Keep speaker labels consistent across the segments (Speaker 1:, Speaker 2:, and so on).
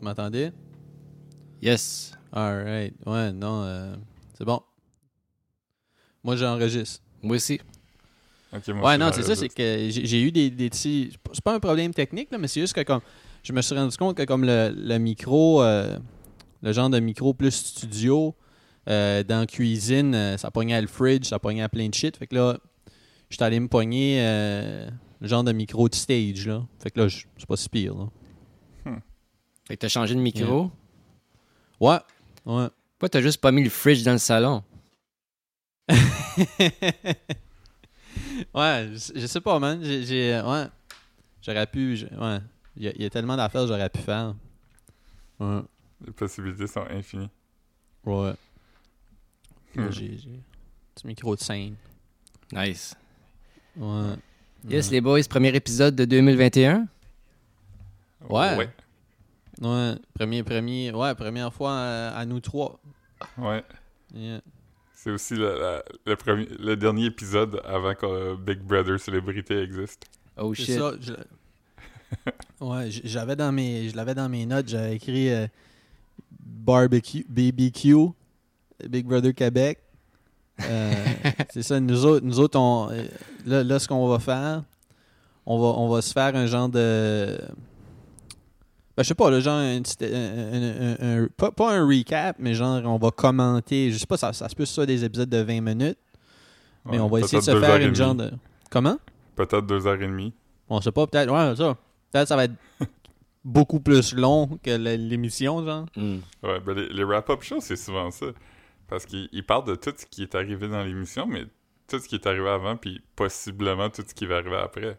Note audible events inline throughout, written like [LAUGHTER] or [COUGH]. Speaker 1: m'entendez?
Speaker 2: Yes.
Speaker 1: Alright. Ouais, non, euh, c'est bon. Moi, j'enregistre.
Speaker 2: Moi aussi.
Speaker 3: Ok, moi,
Speaker 1: Ouais,
Speaker 3: je
Speaker 1: non,
Speaker 3: suis
Speaker 1: c'est
Speaker 3: dans
Speaker 1: ça, c'est
Speaker 3: le
Speaker 1: que j'ai j'ai eu des, des petits. c'est pas- C'est pas un problème technique, là, mais c'est juste que comme. Je me suis rendu compte que comme le, le micro, euh, le genre de micro plus studio, euh, dans la cuisine, euh, ça pognait à le fridge, ça pognait à plein de shit. Fait que là, j'étais allé me pogner euh, le genre de micro de stage, là. Fait que là, je- c'est pas si pire, là.
Speaker 2: Fait que t'as changé de micro.
Speaker 1: Ouais, ouais.
Speaker 2: Pourquoi t'as juste pas mis le fridge dans le salon?
Speaker 1: [LAUGHS] ouais, je, je sais pas, man. J'ai, j'ai- ouais, j'aurais pu. j'ai- ouais, il y, a- il y a tellement d'affaires que j'aurais pu faire. Ouais,
Speaker 3: Les possibilités sont infinies.
Speaker 1: ouais. Puis là,
Speaker 3: Hmm.
Speaker 1: j'ai, j'ai un petit micro de scène.
Speaker 2: Nice. Mm.
Speaker 1: Ouais.
Speaker 2: Yes, les boys, premier épisode de 2021.
Speaker 1: Ouais. Ouais, premier, premier, ouais, première fois euh, à, nous trois.
Speaker 3: Ouais.
Speaker 1: Yeah.
Speaker 3: C'est aussi le, la- le premier, le dernier épisode avant que euh, Big Brother Célébrité existe.
Speaker 2: Oh
Speaker 1: C'est
Speaker 2: shit.
Speaker 1: ça. je- [LAUGHS] Ouais, j- j'avais dans mes, je l'avais dans mes notes, j'avais écrit euh, barbecue, BBQ, Big Brother Québec. [LAUGHS] Euh, c'est ça, nous autres, nous autres, on, euh, là, là, ce qu'on va faire, on va, on va se faire un genre de, ben, je sais pas, le genre un petit- un- un- un- un- pas, pas un recap, mais genre on va commenter, je sais pas, ça, ça se peut ça des épisodes de 20 minutes, mais
Speaker 3: Ouais,
Speaker 1: on va essayer de
Speaker 3: peut-être
Speaker 1: se
Speaker 3: deux
Speaker 1: faire
Speaker 3: heures et
Speaker 1: une genre
Speaker 3: demie.
Speaker 1: de, comment?
Speaker 3: Peut-être deux heures et demie.
Speaker 1: On sait pas, peut-être. Ouais, ça. Peut-être [LAUGHS] ça va être beaucoup plus long que le- l'émission, genre.
Speaker 2: Hmm.
Speaker 3: Ouais, ben les, les wrap-up shows, c'est souvent ça. Parce qu'ils ils parlent de tout ce qui est arrivé dans l'émission, mais tout ce qui est arrivé avant, puis possiblement tout ce qui va arriver après.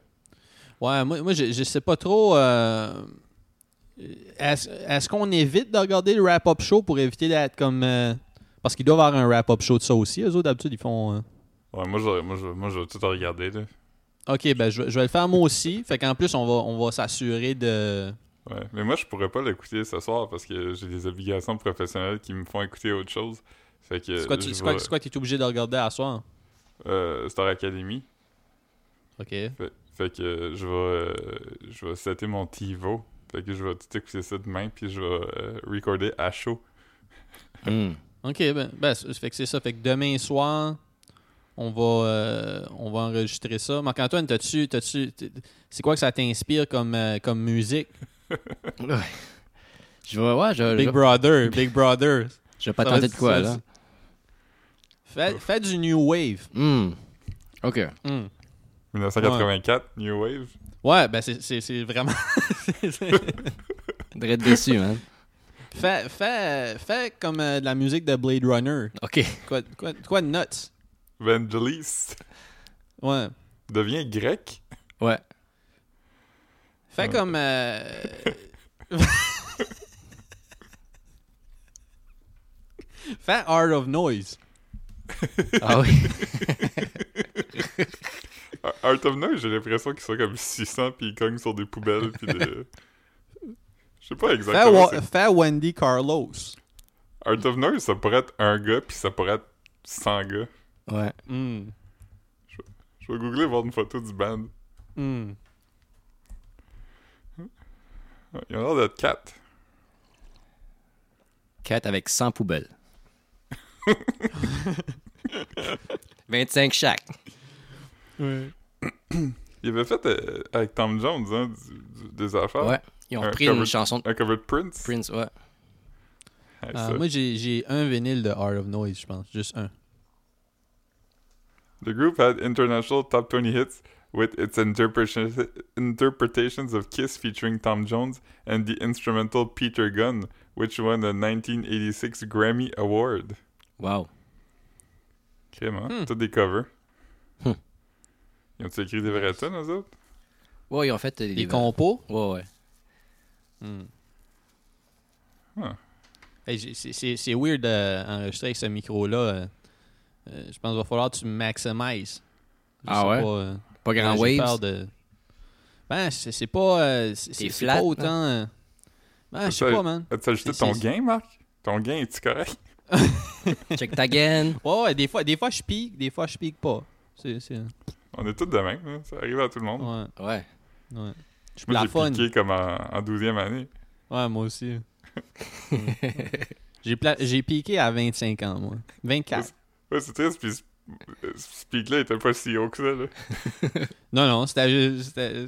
Speaker 1: Ouais, moi, moi je, je sais pas trop. euh, Est-ce est-ce qu'on évite de regarder le wrap-up show pour éviter d'être comme. euh, Parce qu'il doit y avoir un wrap-up show de ça aussi. Eux autres, d'habitude, ils font. euh,
Speaker 3: Ouais, moi, j'aurais- moi, je moi, je vais tout regarder, là.
Speaker 1: Ok, ben je, vais- je vais le faire moi aussi. Fait qu'en plus, on va, on va s'assurer de.
Speaker 3: Ouais, mais moi je pourrais pas l'écouter ce soir parce que j'ai des obligations professionnelles qui me font écouter autre chose. Fait que
Speaker 1: C'est quoi, tu,
Speaker 3: Euh, je
Speaker 1: c'est quoi,
Speaker 3: vais-
Speaker 1: c'est quoi que t'es obligé de regarder à soir?
Speaker 3: euh, Star Academy.
Speaker 1: Ok.
Speaker 3: Fait, fait que euh, je vais euh, je vais setter mon TiVo. Fait que je vais tout écouter ça demain puis je vais euh, recorder à chaud.
Speaker 2: Hmm.
Speaker 1: Ok, ben, ben, c'est- fait que c'est ça. Fait que demain soir, on va, euh, on va enregistrer ça. Marc-Antoine, t'as-tu, t'as-tu, t- c'est quoi que ça t'inspire comme, euh, comme musique?
Speaker 2: Je vais, ouais, je,
Speaker 1: Big
Speaker 2: je,
Speaker 1: Brother, Big Brother.
Speaker 2: je vais pas
Speaker 1: Ça va
Speaker 2: tenter de
Speaker 1: être-
Speaker 2: quoi,
Speaker 1: ça-
Speaker 2: là.
Speaker 1: Fais, fais du New Wave.
Speaker 2: Hmm. OK.
Speaker 1: Hmm.
Speaker 3: 1984, New Wave.
Speaker 1: Ouais, ben c'est, c'est, c'est vraiment... [LAUGHS] c'est- c'est-
Speaker 2: Drette déçu, man.
Speaker 1: fais, fais, fais comme euh, de la musique de Blade Runner.
Speaker 2: [LAUGHS] OK.
Speaker 1: Quoi, quoi, quoi de nuts?
Speaker 3: Vangelis
Speaker 1: Ouais.
Speaker 3: devient grec.
Speaker 2: Ouais.
Speaker 1: Fais
Speaker 3: Ouais.
Speaker 1: comme... euh, [LAUGHS] fais Art of Noise.
Speaker 2: Ah oui.
Speaker 3: Ar- Art of Noise, j'ai l'impression qu'ils sont comme 600 puis ils cognent sur des poubelles puis des... Je sais pas
Speaker 1: Fais,
Speaker 3: exactement.
Speaker 1: Wa-
Speaker 3: c'est-
Speaker 1: fais Wendy Carlos.
Speaker 3: Art of Noise, ça pourrait être un gars puis ça pourrait être 100 gars.
Speaker 2: [LAUGHS] Ouais.
Speaker 1: Mm.
Speaker 3: Je vais googler voir une photo du band.
Speaker 1: Mm.
Speaker 3: Il a l'air d'être 4.
Speaker 2: 4 avec
Speaker 1: [LAUGHS]
Speaker 2: 100 poubelles. 25 chaque.
Speaker 3: Il avait fait euh, avec Tom Jones hein, du- du- des
Speaker 1: Ah.
Speaker 3: affaires.
Speaker 2: Ouais. Ils ont
Speaker 1: Euh,
Speaker 3: Un
Speaker 2: repris
Speaker 3: cover-
Speaker 2: une chanson de
Speaker 3: Un cover de Prince.
Speaker 2: Prince, ouais.
Speaker 3: Ah,
Speaker 1: Ah,
Speaker 3: ça.
Speaker 1: moi, j'ai j'ai un vinyle de Art of Noise, je pense. Juste un.
Speaker 3: The group had international top 20 hits with its interpretation- interpretations of Kiss featuring Tom Jones and the instrumental Peter Gunn, which won the 1986 Grammy Award.
Speaker 2: Wow.
Speaker 3: Crime, hein?
Speaker 1: Hmm.
Speaker 3: Tous des covers.
Speaker 2: Hmm.
Speaker 3: Ils ont-tu écrit des vrais tunes, eux autres?
Speaker 2: Ouais, ils ont fait euh, des...
Speaker 1: Les compos.
Speaker 2: Ouais, ouais.
Speaker 3: Hmm.
Speaker 1: Hey, j'ai- c'est- C'est c'est weird d'enregistrer avec ce micro-là. euh. Euh, je pense qu'il va falloir que tu maximises. Je
Speaker 2: Ah
Speaker 1: sais
Speaker 2: ouais?
Speaker 1: pas, euh,
Speaker 2: Pas grand
Speaker 1: ouais, j'ai peur
Speaker 2: waves.
Speaker 1: de- Ben, c'est c'est pas... euh, c'est- c'est c'est
Speaker 2: flat,
Speaker 1: pas autant... euh, Ben, je sais
Speaker 3: Ça-
Speaker 1: pas, man.
Speaker 3: As-tu ajouté
Speaker 1: C'est-
Speaker 3: ton
Speaker 1: c'est-
Speaker 3: gain, Marc? Ton gain, est tu correct?
Speaker 2: Check ta gaine.
Speaker 1: Ouais, ouais, des fois, des fois je pique, des fois, je pique pas. C'est... c'est-
Speaker 3: On est tous de même, hein? ça arrive à tout le monde.
Speaker 1: Ouais,
Speaker 2: [LAUGHS] Ouais.
Speaker 1: ouais. Je
Speaker 3: Moi,
Speaker 1: la
Speaker 3: j'ai
Speaker 1: fun.
Speaker 3: piqué comme en, en 12e année.
Speaker 1: Ouais, moi aussi. J'ai pla- j'ai piqué à 25 ans, moi. 24.
Speaker 3: Ouais, c'est triste, puis ce pic-là était pas si haut que ça, là.
Speaker 1: Non, non, c'était juste. c'était-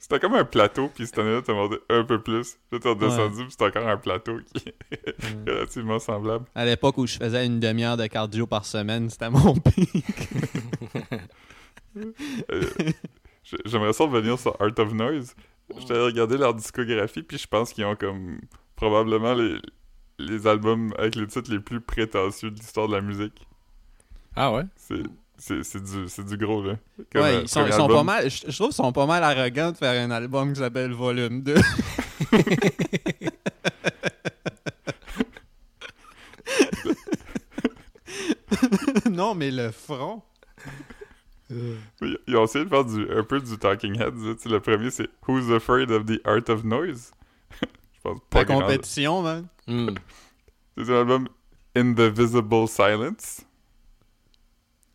Speaker 3: C'était comme un plateau, puis cette année-là, t'as monté un peu plus. Là, t'es redescendu, puis c'est encore un plateau qui est [LAUGHS]
Speaker 1: Ouais.
Speaker 3: relativement semblable.
Speaker 1: [LAUGHS] À l'époque où je faisais une demi-heure de cardio par semaine, c'était mon [LAUGHS] pic.
Speaker 3: Euh,
Speaker 1: [LAUGHS]
Speaker 3: j- J'aimerais ça revenir sur Art of Noise. J'étais allé regarder leur discographie, puis je pense qu'ils ont comme probablement les, les albums avec les titres les plus prétentieux de l'histoire de la musique.
Speaker 2: Ah ouais?
Speaker 3: C'est, c'est, c'est du, c'est du gros, là. Comme,
Speaker 1: Ouais,
Speaker 3: euh,
Speaker 1: ils sont,
Speaker 3: premier
Speaker 1: ils sont
Speaker 3: album.
Speaker 1: pas mal. Je, je trouve qu'ils sont pas mal arrogants de faire un album qui s'appelle Volume
Speaker 3: [LAUGHS]
Speaker 1: 2. non, mais le front.
Speaker 3: Ils ils ont essayé de faire du, un peu du Talking Heads. là. Tu sais, le premier, c'est Who's Afraid of the Art of Noise? [LAUGHS] je pense pas
Speaker 1: La
Speaker 3: grand-
Speaker 1: compétition, man.
Speaker 2: Hmm.
Speaker 3: Deuxième album, In the Visible Silence.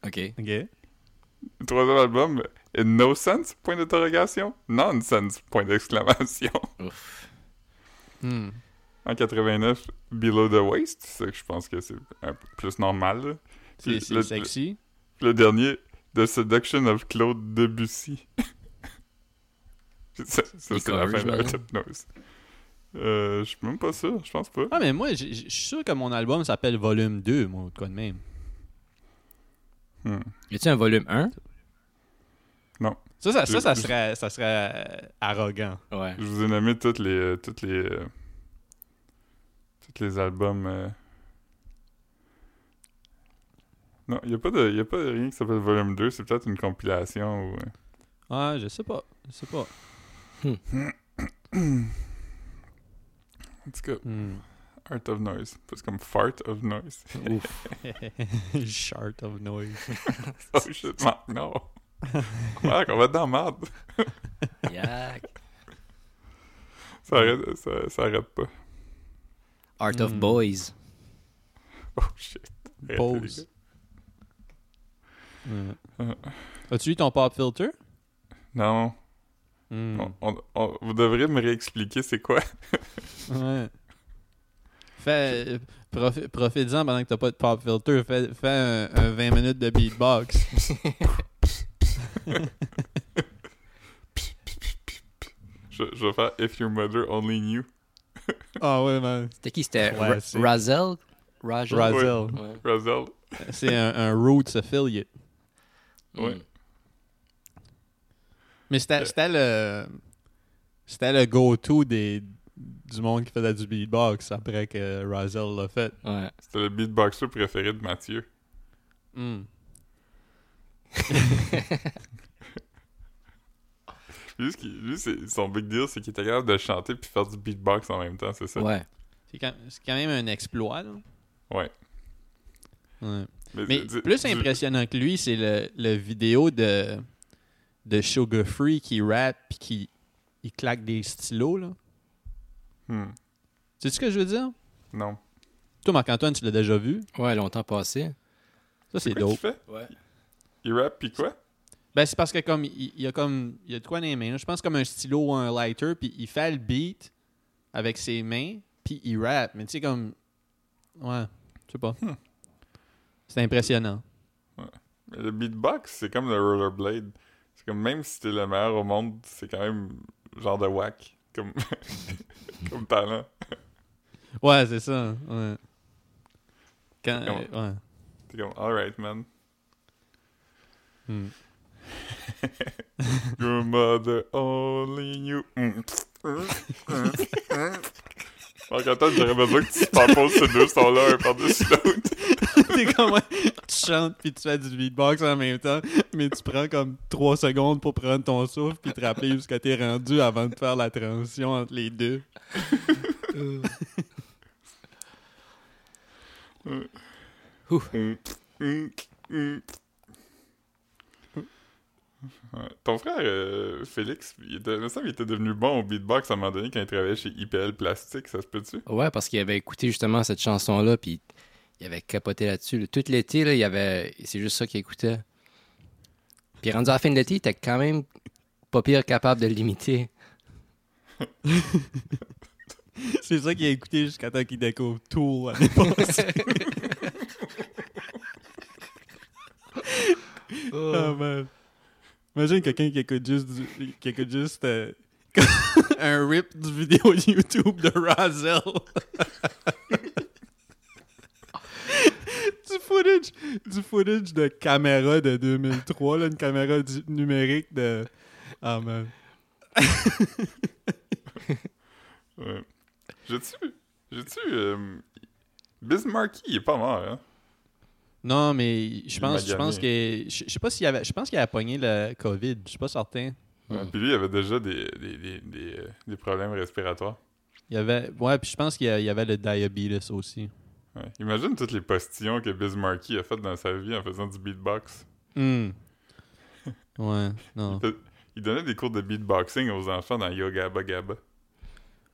Speaker 2: OK.
Speaker 1: Ok.
Speaker 3: Troisième album, In No Sense, point d'interrogation. Nonsense, point d'exclamation. [LAUGHS]
Speaker 2: Ouf.
Speaker 1: Hmm.
Speaker 3: En 89, Below the Waist, c'est que je pense que c'est un peu plus normal. là.
Speaker 1: C'est c'est
Speaker 3: Le-
Speaker 1: sexy.
Speaker 3: Puis le dernier, The Seduction of Claude Debussy. [LAUGHS] ça, ça,
Speaker 2: des
Speaker 3: c'est la fin
Speaker 2: covers,
Speaker 3: de
Speaker 2: j'imagine.
Speaker 3: Art of Noise. Euh, je suis même pas sûr, je pense pas.
Speaker 1: Ah, mais moi, j- j- je suis sûr que mon album s'appelle Volume 2, moi, ou de quoi de même.
Speaker 3: Hmm.
Speaker 2: Y a-tu un volume 1?
Speaker 1: Ça, ça, ça, ça
Speaker 3: Je-
Speaker 1: serait, ça serait euh, arrogant.
Speaker 2: Ouais.
Speaker 3: Je vous ai nommé toutes les, euh, toutes les, euh, toutes les albums. euh. Non, il n'y a, pas de- y a pas de rien qui s'appelle Volume 2, c'est peut-être une compilation. Ou, euh.
Speaker 1: Ah, je sais pas. Je sais pas.
Speaker 3: En tout cas,
Speaker 1: [LAUGHS] Hmm.
Speaker 3: Art of Noise. C'est comme Fart of Noise. [LAUGHS]
Speaker 2: Ouf.
Speaker 1: Shart of [LAUGHS] noise.
Speaker 3: oh
Speaker 1: [LAUGHS]
Speaker 3: shit, man, non. Marc, on va être dans la merde.
Speaker 2: Yak.
Speaker 3: Ça arrête, ça, ça arrête pas.
Speaker 2: Art of
Speaker 1: Hmm.
Speaker 2: Boys.
Speaker 3: Oh shit. Arrêtez,
Speaker 1: Pause. Ouais.
Speaker 3: Euh.
Speaker 1: As-tu eu ton pop filter?
Speaker 3: les gars. Non,
Speaker 1: Hmm.
Speaker 3: on- on- on- vous devriez me réexpliquer c'est quoi. [LAUGHS]
Speaker 1: Ouais. [LAUGHS] Fais, euh, profi- profite-en pendant que t'as pas de pop filter. Fais, fais un, un 20 minutes de beatbox.
Speaker 3: Je, je vais faire If Your Mother Only Knew.
Speaker 1: Ah ouais, man.
Speaker 2: C'était qui? C'était
Speaker 1: Ouais,
Speaker 2: Ra-
Speaker 1: c'est-
Speaker 2: Razel? Razel?
Speaker 1: Razel.
Speaker 2: Ouais.
Speaker 3: Razel.
Speaker 1: C'est un, un Roots affiliate.
Speaker 3: Ouais.
Speaker 2: Hmm.
Speaker 1: Mais c'était,
Speaker 3: Euh.
Speaker 1: c'était le. C'était le go-to des, du monde qui faisait du beatbox après que Razel l'a fait.
Speaker 2: Ouais.
Speaker 3: C'était le beatboxer préféré de Mathieu.
Speaker 1: Hmm.
Speaker 3: Lui, ce qui- lui, c'est- son big deal, c'est qu'il était capable de chanter puis faire du beatbox en même temps, c'est ça?
Speaker 2: Ouais.
Speaker 1: C'est quand, c'est quand même un exploit, là.
Speaker 3: Ouais. Euh,
Speaker 1: Ouais. Mais
Speaker 3: du-
Speaker 1: plus
Speaker 3: du-
Speaker 1: impressionnant que lui, c'est le, le vidéo de, de Sugar Free qui rappe puis qui il claque des stylos, là.
Speaker 3: Hmm,
Speaker 1: Tu sais ce que je veux dire?
Speaker 3: Non.
Speaker 1: Toi, Marc-Antoine, tu l'as déjà vu.
Speaker 2: Ouais, longtemps passé.
Speaker 1: Ça, c'est
Speaker 3: Qu'est-ce qu'il
Speaker 1: dope.
Speaker 3: fait?
Speaker 2: Ouais.
Speaker 3: Il rappe puis quoi?
Speaker 1: Ben, c'est parce que comme il, il y a comme il y a de quoi dans les mains. là. Je pense comme un stylo ou un lighter, puis il fait le beat avec ses mains, puis il rappe. Mais tu sais comme ouais, je sais pas. C'est impressionnant.
Speaker 3: Mais le beatbox, c'est comme le rollerblade. C'est comme même si t'es le meilleur au monde, c'est quand même genre de whack comme, comme talent.
Speaker 1: Ouais, c'est ça. Ouais. Quand euh, ouais.
Speaker 3: T'es comme, alright man,
Speaker 1: [LAUGHS] Hmm.
Speaker 3: your mother only you. Marc-Antoine, j'aurais besoin que tu t'en ces deux sons-là un par-dessus l'autre.
Speaker 1: T'es comme, ouais, tu chantes puis tu fais du beatbox en même temps, mais tu prends comme 3 secondes pour prendre ton souffle puis te rappeler où ce que t'es rendu avant de faire la transition entre les deux.
Speaker 3: Ouais. Ton frère, euh, Félix, il était, il me semble qu'il était devenu bon au beatbox à un moment donné quand il travaillait chez IPL Plastique, ça se peut-tu?
Speaker 2: Ouais, parce qu'il avait écouté justement cette chanson-là, puis il avait capoté là-dessus. là. Tout l'été, là, il avait... c'est juste ça qu'il écoutait. Puis rendu à la fin de l'été, il était quand même pas pire capable de l'imiter.
Speaker 1: [LAUGHS] C'est ça qu'il a écouté jusqu'à temps qu'il découvre Tool l'année passée.
Speaker 2: Oh.
Speaker 1: Oh, man. Imagine quelqu'un qui écoute juste, du- qui écoute juste euh, [LAUGHS] un rip du vidéo YouTube de Razel. du footage, du footage de caméra de 2003, là, une caméra du- numérique de. Ah man.
Speaker 3: Ouais. J'ai-tu. J'ai-tu. euh, Bismarcky, il est pas mort, hein.
Speaker 1: Non, mais je
Speaker 3: Il pense-
Speaker 1: pense,
Speaker 3: m'a je
Speaker 1: je
Speaker 3: pense
Speaker 1: pense que je sais pas s'il avait, je pense qu'il a pogné le Covid. Je suis pas certain.
Speaker 2: Hmm.
Speaker 3: Puis lui, il avait déjà des, des, des, des, euh, des problèmes respiratoires.
Speaker 1: Il y avait, ouais, puis je pense qu'il y a- il y avait le diabetes aussi.
Speaker 3: Ouais. Imagine toutes les postillons que Bismarcky a fait dans sa vie en faisant du beatbox.
Speaker 1: Hmm. [LAUGHS] Ouais,
Speaker 3: [LAUGHS]
Speaker 1: non.
Speaker 3: Il donnait des cours de beatboxing aux enfants dans Yoga Gabba.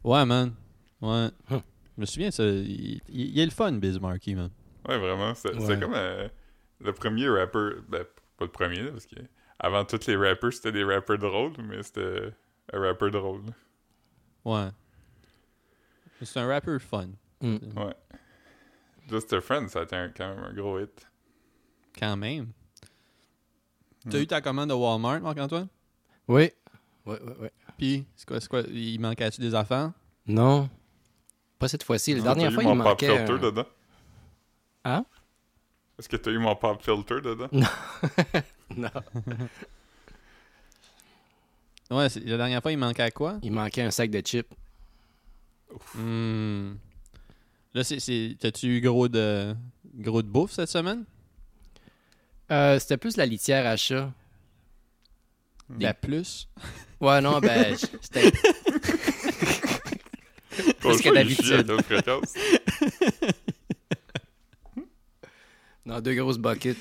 Speaker 1: Ouais, man. Ouais.
Speaker 2: Huh.
Speaker 1: Je me souviens, ça, il, il- il est le fun, Biz Markie, man.
Speaker 3: Ouais, vraiment. C'est c'est
Speaker 2: Ouais.
Speaker 3: comme euh, le premier rapper. Ben, pas le premier, là, parce que avant tous les rappers, c'était des rappers drôles, mais c'était un rapper drôle.
Speaker 1: Ouais. C'est un rapper fun,
Speaker 2: Hmm.
Speaker 3: Just a Friend, ça a été un- quand même un gros hit.
Speaker 1: quand même. T'as
Speaker 3: Hmm.
Speaker 1: eu ta commande de Walmart, Marc-Antoine?
Speaker 2: Oui. Oui, oui, oui.
Speaker 1: Puis, c'est quoi, c'est quoi, il manquait-tu des affaires?
Speaker 2: Non. Pas cette fois-ci. La
Speaker 3: Est-ce que
Speaker 2: dernière
Speaker 3: t'as
Speaker 2: fois,
Speaker 3: eu
Speaker 2: il
Speaker 3: mon pop
Speaker 2: manquait.
Speaker 3: filter
Speaker 2: un-
Speaker 3: dedans?
Speaker 2: Hein?
Speaker 3: Est-ce que t'as eu mon pop filter
Speaker 2: [LAUGHS]
Speaker 3: dedans?
Speaker 2: Non.
Speaker 1: Ouais, c'est- la dernière fois, il manquait quoi?
Speaker 2: Il manquait un sac de chips.
Speaker 1: Hmm. Là, c'est, c'est, t'as-tu eu gros de, gros de bouffe cette semaine?
Speaker 2: Euh, C'était plus la litière à chat.
Speaker 1: La plus?
Speaker 2: Ouais, non, ben, j- c'était.
Speaker 3: Ton
Speaker 2: que
Speaker 3: chat, il
Speaker 2: d'habitude.
Speaker 3: chie à
Speaker 2: [LAUGHS]
Speaker 3: quelle fréquence?
Speaker 2: Non, deux grosses buckets.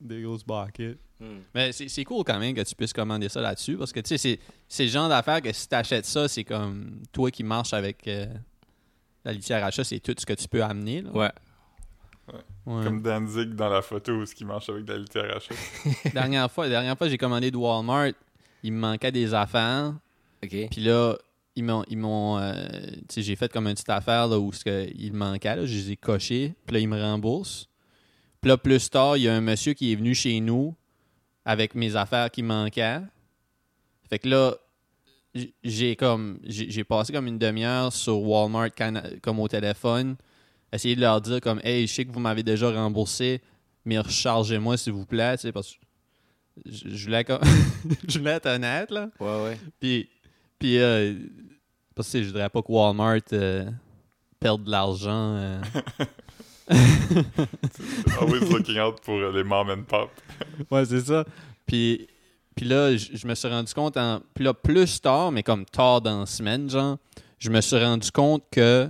Speaker 1: Des grosses buckets.
Speaker 2: Hmm.
Speaker 1: Mais c'est c'est cool quand même que tu puisses commander ça là-dessus parce que tu sais, c'est- c'est le genre d'affaire que si tu achètes ça, c'est comme toi qui marches avec euh, la litière à chat, c'est tout ce que tu peux amener. là.
Speaker 2: Ouais.
Speaker 1: Ouais.
Speaker 3: Comme Danzig dans la photo où ce qui marche avec de la litière à chat.
Speaker 1: dernière fois, dernière fois j'ai commandé de Walmart, il me manquait des affaires.
Speaker 2: OK.
Speaker 1: Puis là, ils m'ont. ils m'ont, euh, tu sais, j'ai fait comme une petite affaire là, où ce que il manquait. Là, je les ai cochés. Puis là, ils me remboursent. Puis là, plus tard, il y a un monsieur qui est venu chez nous avec mes affaires qui manquaient. Fait que là, j- j'ai comme j'ai j'ai passé comme une demi-heure sur Walmart Cana- comme au téléphone, essayer de leur dire comme hey, je sais que vous m'avez déjà remboursé, mais rechargez-moi s'il vous plaît, tu sais, parce que je je voulais comme- [LAUGHS] je voulais être honnête là.
Speaker 2: Ouais, ouais.
Speaker 1: Puis, puis euh, parce que je voudrais pas que Walmart euh, perde de l'argent. euh.
Speaker 3: Always looking out pour euh, les mom and pop.
Speaker 1: [LAUGHS] ouais, c'est ça. Puis, puis là, je je me suis rendu compte, en, puis là, plus tard, mais comme tard dans la semaine, genre, je me suis rendu compte que,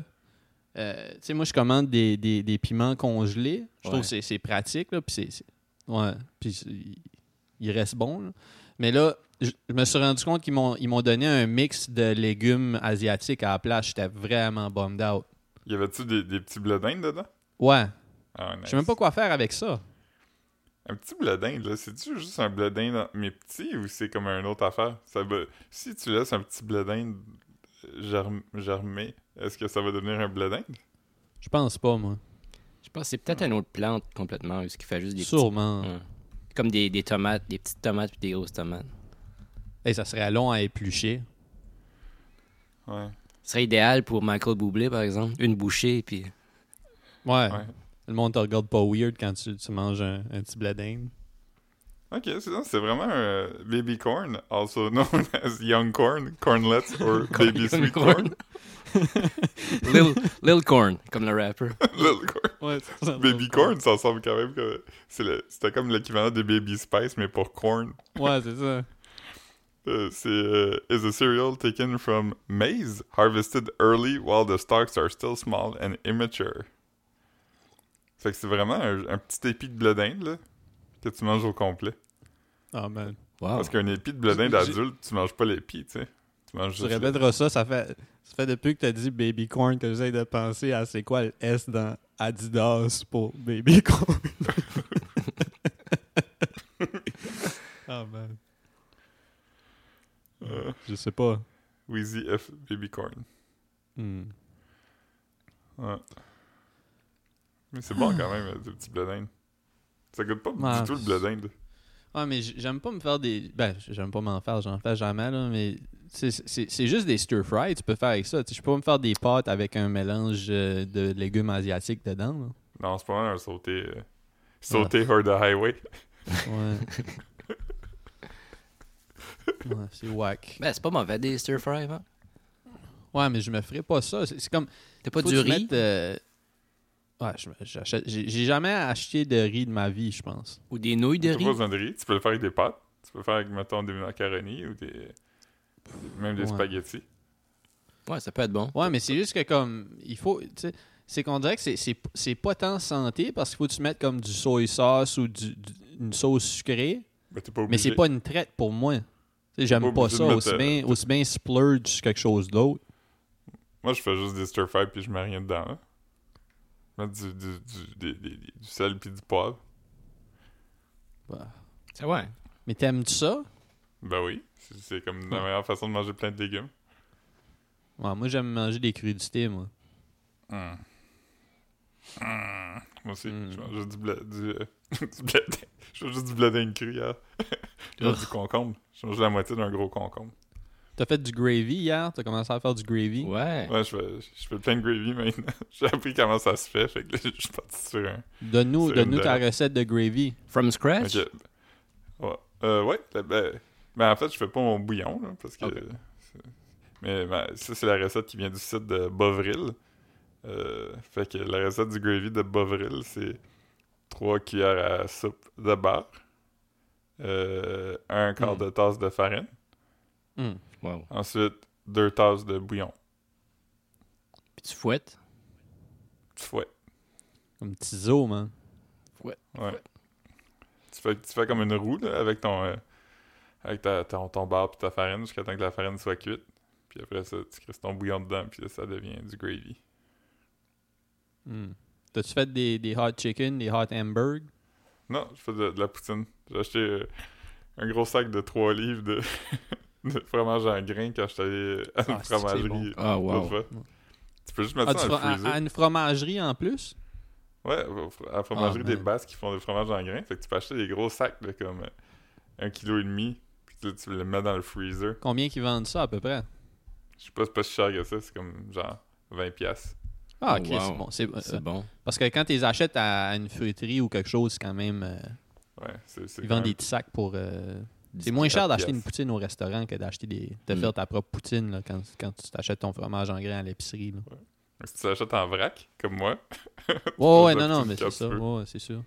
Speaker 1: euh, tu sais, moi, je commande des, des, des piments congelés. Je
Speaker 2: Ouais.
Speaker 1: trouve que c'est- c'est pratique, là, puis c'est... c'est- Ouais, puis c'est- il reste bon, là. Mais là, je je me suis rendu compte qu'ils m'ont ils m'ont donné un mix de légumes asiatiques à la place. J'étais vraiment bummed out.
Speaker 3: Y avait-tu des, des petits bledins dedans?
Speaker 1: Ouais,
Speaker 3: Ah, nice.
Speaker 1: je sais même pas quoi faire avec ça.
Speaker 3: Un petit bledin, là, c'est-tu juste un bledin dans... mais petit ou c'est comme une autre affaire? Ça va- Si tu laisses un petit bledin euh, germ- germer, est-ce que ça va devenir un bledin?
Speaker 1: Je pense pas, moi.
Speaker 2: Je pense que c'est peut-être une autre plante complètement, ce qui fait juste des petits-
Speaker 1: Sûrement.
Speaker 2: Ouais. Comme des, des tomates, des petites tomates puis des grosses tomates.
Speaker 1: Hey, ça serait long à éplucher.
Speaker 3: Ouais.
Speaker 2: Ce serait idéal pour Michael Boublé, par exemple. Une bouchée, puis...
Speaker 1: Ouais.
Speaker 3: Ouais.
Speaker 1: Le monde te regarde pas weird quand tu, tu manges un, un petit bledin.
Speaker 3: Ok, c'est ça, c'est vraiment un baby corn, also known [LAUGHS] as young corn, cornlets, [LAUGHS] or baby sweet corn. [LAUGHS]
Speaker 2: Lil, Lil Corn, comme le rapper.
Speaker 3: Little [LAUGHS] corn.
Speaker 1: Ouais,
Speaker 3: Baby corn, ça ressemble quand même que c'est le- c'était comme l'équivalent de baby spice, mais pour corn.
Speaker 1: Ouais, c'est ça.
Speaker 3: Euh, c'est euh, is a cereal taken from maize, harvested early while the stalks are still small and immature. Fait que c'est vraiment un, un petit épi de blé d'Inde, là, que tu manges au complet.
Speaker 1: Ah, man.
Speaker 2: Wow.
Speaker 3: Parce qu'un épi de blé d'Inde
Speaker 1: J'ai-
Speaker 3: adulte, tu manges pas l'épi, tu sais. Tu manges
Speaker 1: Tu
Speaker 3: juste le-
Speaker 1: répéteras ça, ça fait, ça fait depuis que t'as dit baby corn que j'essaie de penser à c'est quoi le S dans Adidas pour baby [LAUGHS] corn. Ah, man.
Speaker 3: Euh,
Speaker 1: Je sais pas.
Speaker 3: Wheezy F. Baby Corn.
Speaker 1: Hmm.
Speaker 3: Ouais. Mais c'est bon quand même, euh, du petit blé d'Inde. Ça goûte pas
Speaker 1: Ouais,
Speaker 3: du tout le blé d'Inde.
Speaker 1: Ouais, mais j- j'aime pas me faire des. Ben, j'aime pas m'en faire, j'en fais jamais, là, mais c'est- c'est c'est juste des stir fry, tu peux faire avec ça. Tu sais, je peux pas me faire des pâtes avec un mélange euh, de légumes asiatiques dedans. là.
Speaker 3: Non, c'est pas mal un sauté. euh, Sauté hors the highway.
Speaker 1: Ouais.
Speaker 2: [LAUGHS]
Speaker 1: ouais, c'est whack.
Speaker 2: Ben, c'est pas mauvais des stir fry, hein?
Speaker 1: Ouais, mais je me ferais pas ça. C'est c'est comme.
Speaker 2: T'as pas
Speaker 1: faut
Speaker 2: du
Speaker 1: que tu
Speaker 2: riz?
Speaker 1: mettes, euh, Ouais, je me- j'achète. J'ai j'ai jamais acheté de riz de ma vie, je pense.
Speaker 2: Ou des nouilles de
Speaker 3: T'as
Speaker 2: riz?
Speaker 3: pas besoin de riz. Tu peux le faire avec des pâtes. Tu peux le faire avec, mettons, des macaronis ou des. Même des
Speaker 1: Ouais.
Speaker 3: spaghettis.
Speaker 2: Ouais, ça peut être bon.
Speaker 1: Ouais, mais c'est juste que comme il faut, tu sais, c'est qu'on dirait que c'est- c'est c'est pas tant santé parce qu'il faut que tu mettes comme du soy sauce ou du- du- une sauce sucrée,
Speaker 3: Mais t'es pas obligé.
Speaker 1: mais c'est pas une traite pour moi. Tu sais, J'aime
Speaker 3: Pas
Speaker 1: pas
Speaker 3: obligé
Speaker 1: ça.
Speaker 3: de
Speaker 1: Aussi
Speaker 3: mettre, euh,
Speaker 1: bien, aussi bien splurge sur quelque chose d'autre.
Speaker 3: Moi, je fais juste des stir fry puis je mets rien dedans. Là. Je mets du, du, du, des- des- des- du sel puis du poivre.
Speaker 1: Bah,
Speaker 2: C'est ouais.
Speaker 1: Mais t'aimes-tu ça?
Speaker 3: Ben oui, c'est c'est comme la meilleure façon de manger plein de légumes.
Speaker 1: Ouais, moi, j'aime manger des crudités, moi.
Speaker 3: Mm. Mm. Moi aussi,
Speaker 1: Mm.
Speaker 3: je mange juste du blé. Du, [LAUGHS] euh, du blé je mange juste du blé d'Inde
Speaker 1: [LAUGHS]
Speaker 3: cru hier. Je mange du concombre. Je mange la moitié d'un gros concombre.
Speaker 1: T'as fait du gravy hier? T'as commencé à faire du gravy?
Speaker 2: Ouais.
Speaker 3: Ouais, je fais, je fais plein de gravy maintenant. [LAUGHS] J'ai appris comment ça se fait. Fait que là, je suis parti sur un.
Speaker 1: Donne-nous
Speaker 3: C'est
Speaker 1: donne-nous
Speaker 3: une
Speaker 1: ta
Speaker 3: bonne-
Speaker 1: recette de gravy.
Speaker 2: From scratch?
Speaker 3: Ok. Ouais. Euh, ouais. la- Ben, ben, en fait, je fais pas mon bouillon, là, parce que.
Speaker 2: Ok.
Speaker 3: c'est- Mais ben, ça, c'est la recette qui vient du site de Bovril. Euh, fait que la recette du gravy de Bovril, c'est 3 cuillères à soupe de beurre, euh, un quart
Speaker 1: Mm.
Speaker 3: de tasse de farine,
Speaker 1: Hmm.
Speaker 2: Wow.
Speaker 3: ensuite deux tasses de bouillon.
Speaker 2: Puis tu fouettes?
Speaker 3: Tu fouettes.
Speaker 1: Comme tiso, man.
Speaker 3: Ouais. Tu fais, tu fais comme une roue là, avec ton euh, avec ta, ton, ton beurre puis ta farine jusqu'à temps que la farine soit cuite. Puis après ça, tu crisses ton bouillon dedans puis là, ça devient du gravy.
Speaker 1: Hmm. T'as-tu fait des, des hot chicken, des hot hamburg?
Speaker 3: Non, je fais de, de la poutine. J'ai acheté euh, un gros sac de 3 livres de, [LAUGHS] de fromage en grains quand j'étais allé euh, à une
Speaker 1: Ah, c'est que c'est bon.
Speaker 3: fromagerie
Speaker 2: Ah,
Speaker 3: l'autre
Speaker 2: wow.
Speaker 3: fois. Tu peux juste mettre
Speaker 1: Ah,
Speaker 3: ça
Speaker 1: tu
Speaker 3: dans
Speaker 1: feras-
Speaker 3: le
Speaker 1: à, à
Speaker 3: freezer.
Speaker 1: une fromagerie en plus?
Speaker 3: Ouais, au fr- à la fromagerie
Speaker 1: Ah,
Speaker 3: des
Speaker 1: man.
Speaker 3: Basques qui font du fromage en grains. Fait que tu peux acheter des gros sacs de comme euh, un kilo et demi. Puis tu, tu le mets dans le freezer.
Speaker 1: Combien qu'ils vendent ça à peu près?
Speaker 3: Je sais pas, c'est pas si cher que ça, c'est comme genre 20$. piastres.
Speaker 1: Ah,
Speaker 2: Oh,
Speaker 1: ok,
Speaker 2: wow.
Speaker 1: c'est bon. c'est- euh,
Speaker 2: C'est bon.
Speaker 1: parce que quand tu les achètes à une fruiterie ou quelque chose, c'est quand même. euh,
Speaker 3: Ouais, c'est c'est
Speaker 1: ils
Speaker 3: quand
Speaker 1: vendent des
Speaker 3: même-
Speaker 1: petits sacs pour. euh, c'est moins cher d'acheter une
Speaker 3: pièces.
Speaker 1: poutine au restaurant que d'acheter des. de
Speaker 2: Mm.
Speaker 1: faire ta propre poutine là, quand, quand tu t'achètes ton fromage en grain à l'épicerie. là.
Speaker 3: Si tu l'achètes en vrac, comme moi.
Speaker 1: Ouais, ouais,
Speaker 3: la
Speaker 1: non, non,
Speaker 3: poutine
Speaker 1: mais c'est
Speaker 3: quand tu
Speaker 1: ça.
Speaker 3: veux.
Speaker 1: Ouais, ouais, c'est sûr.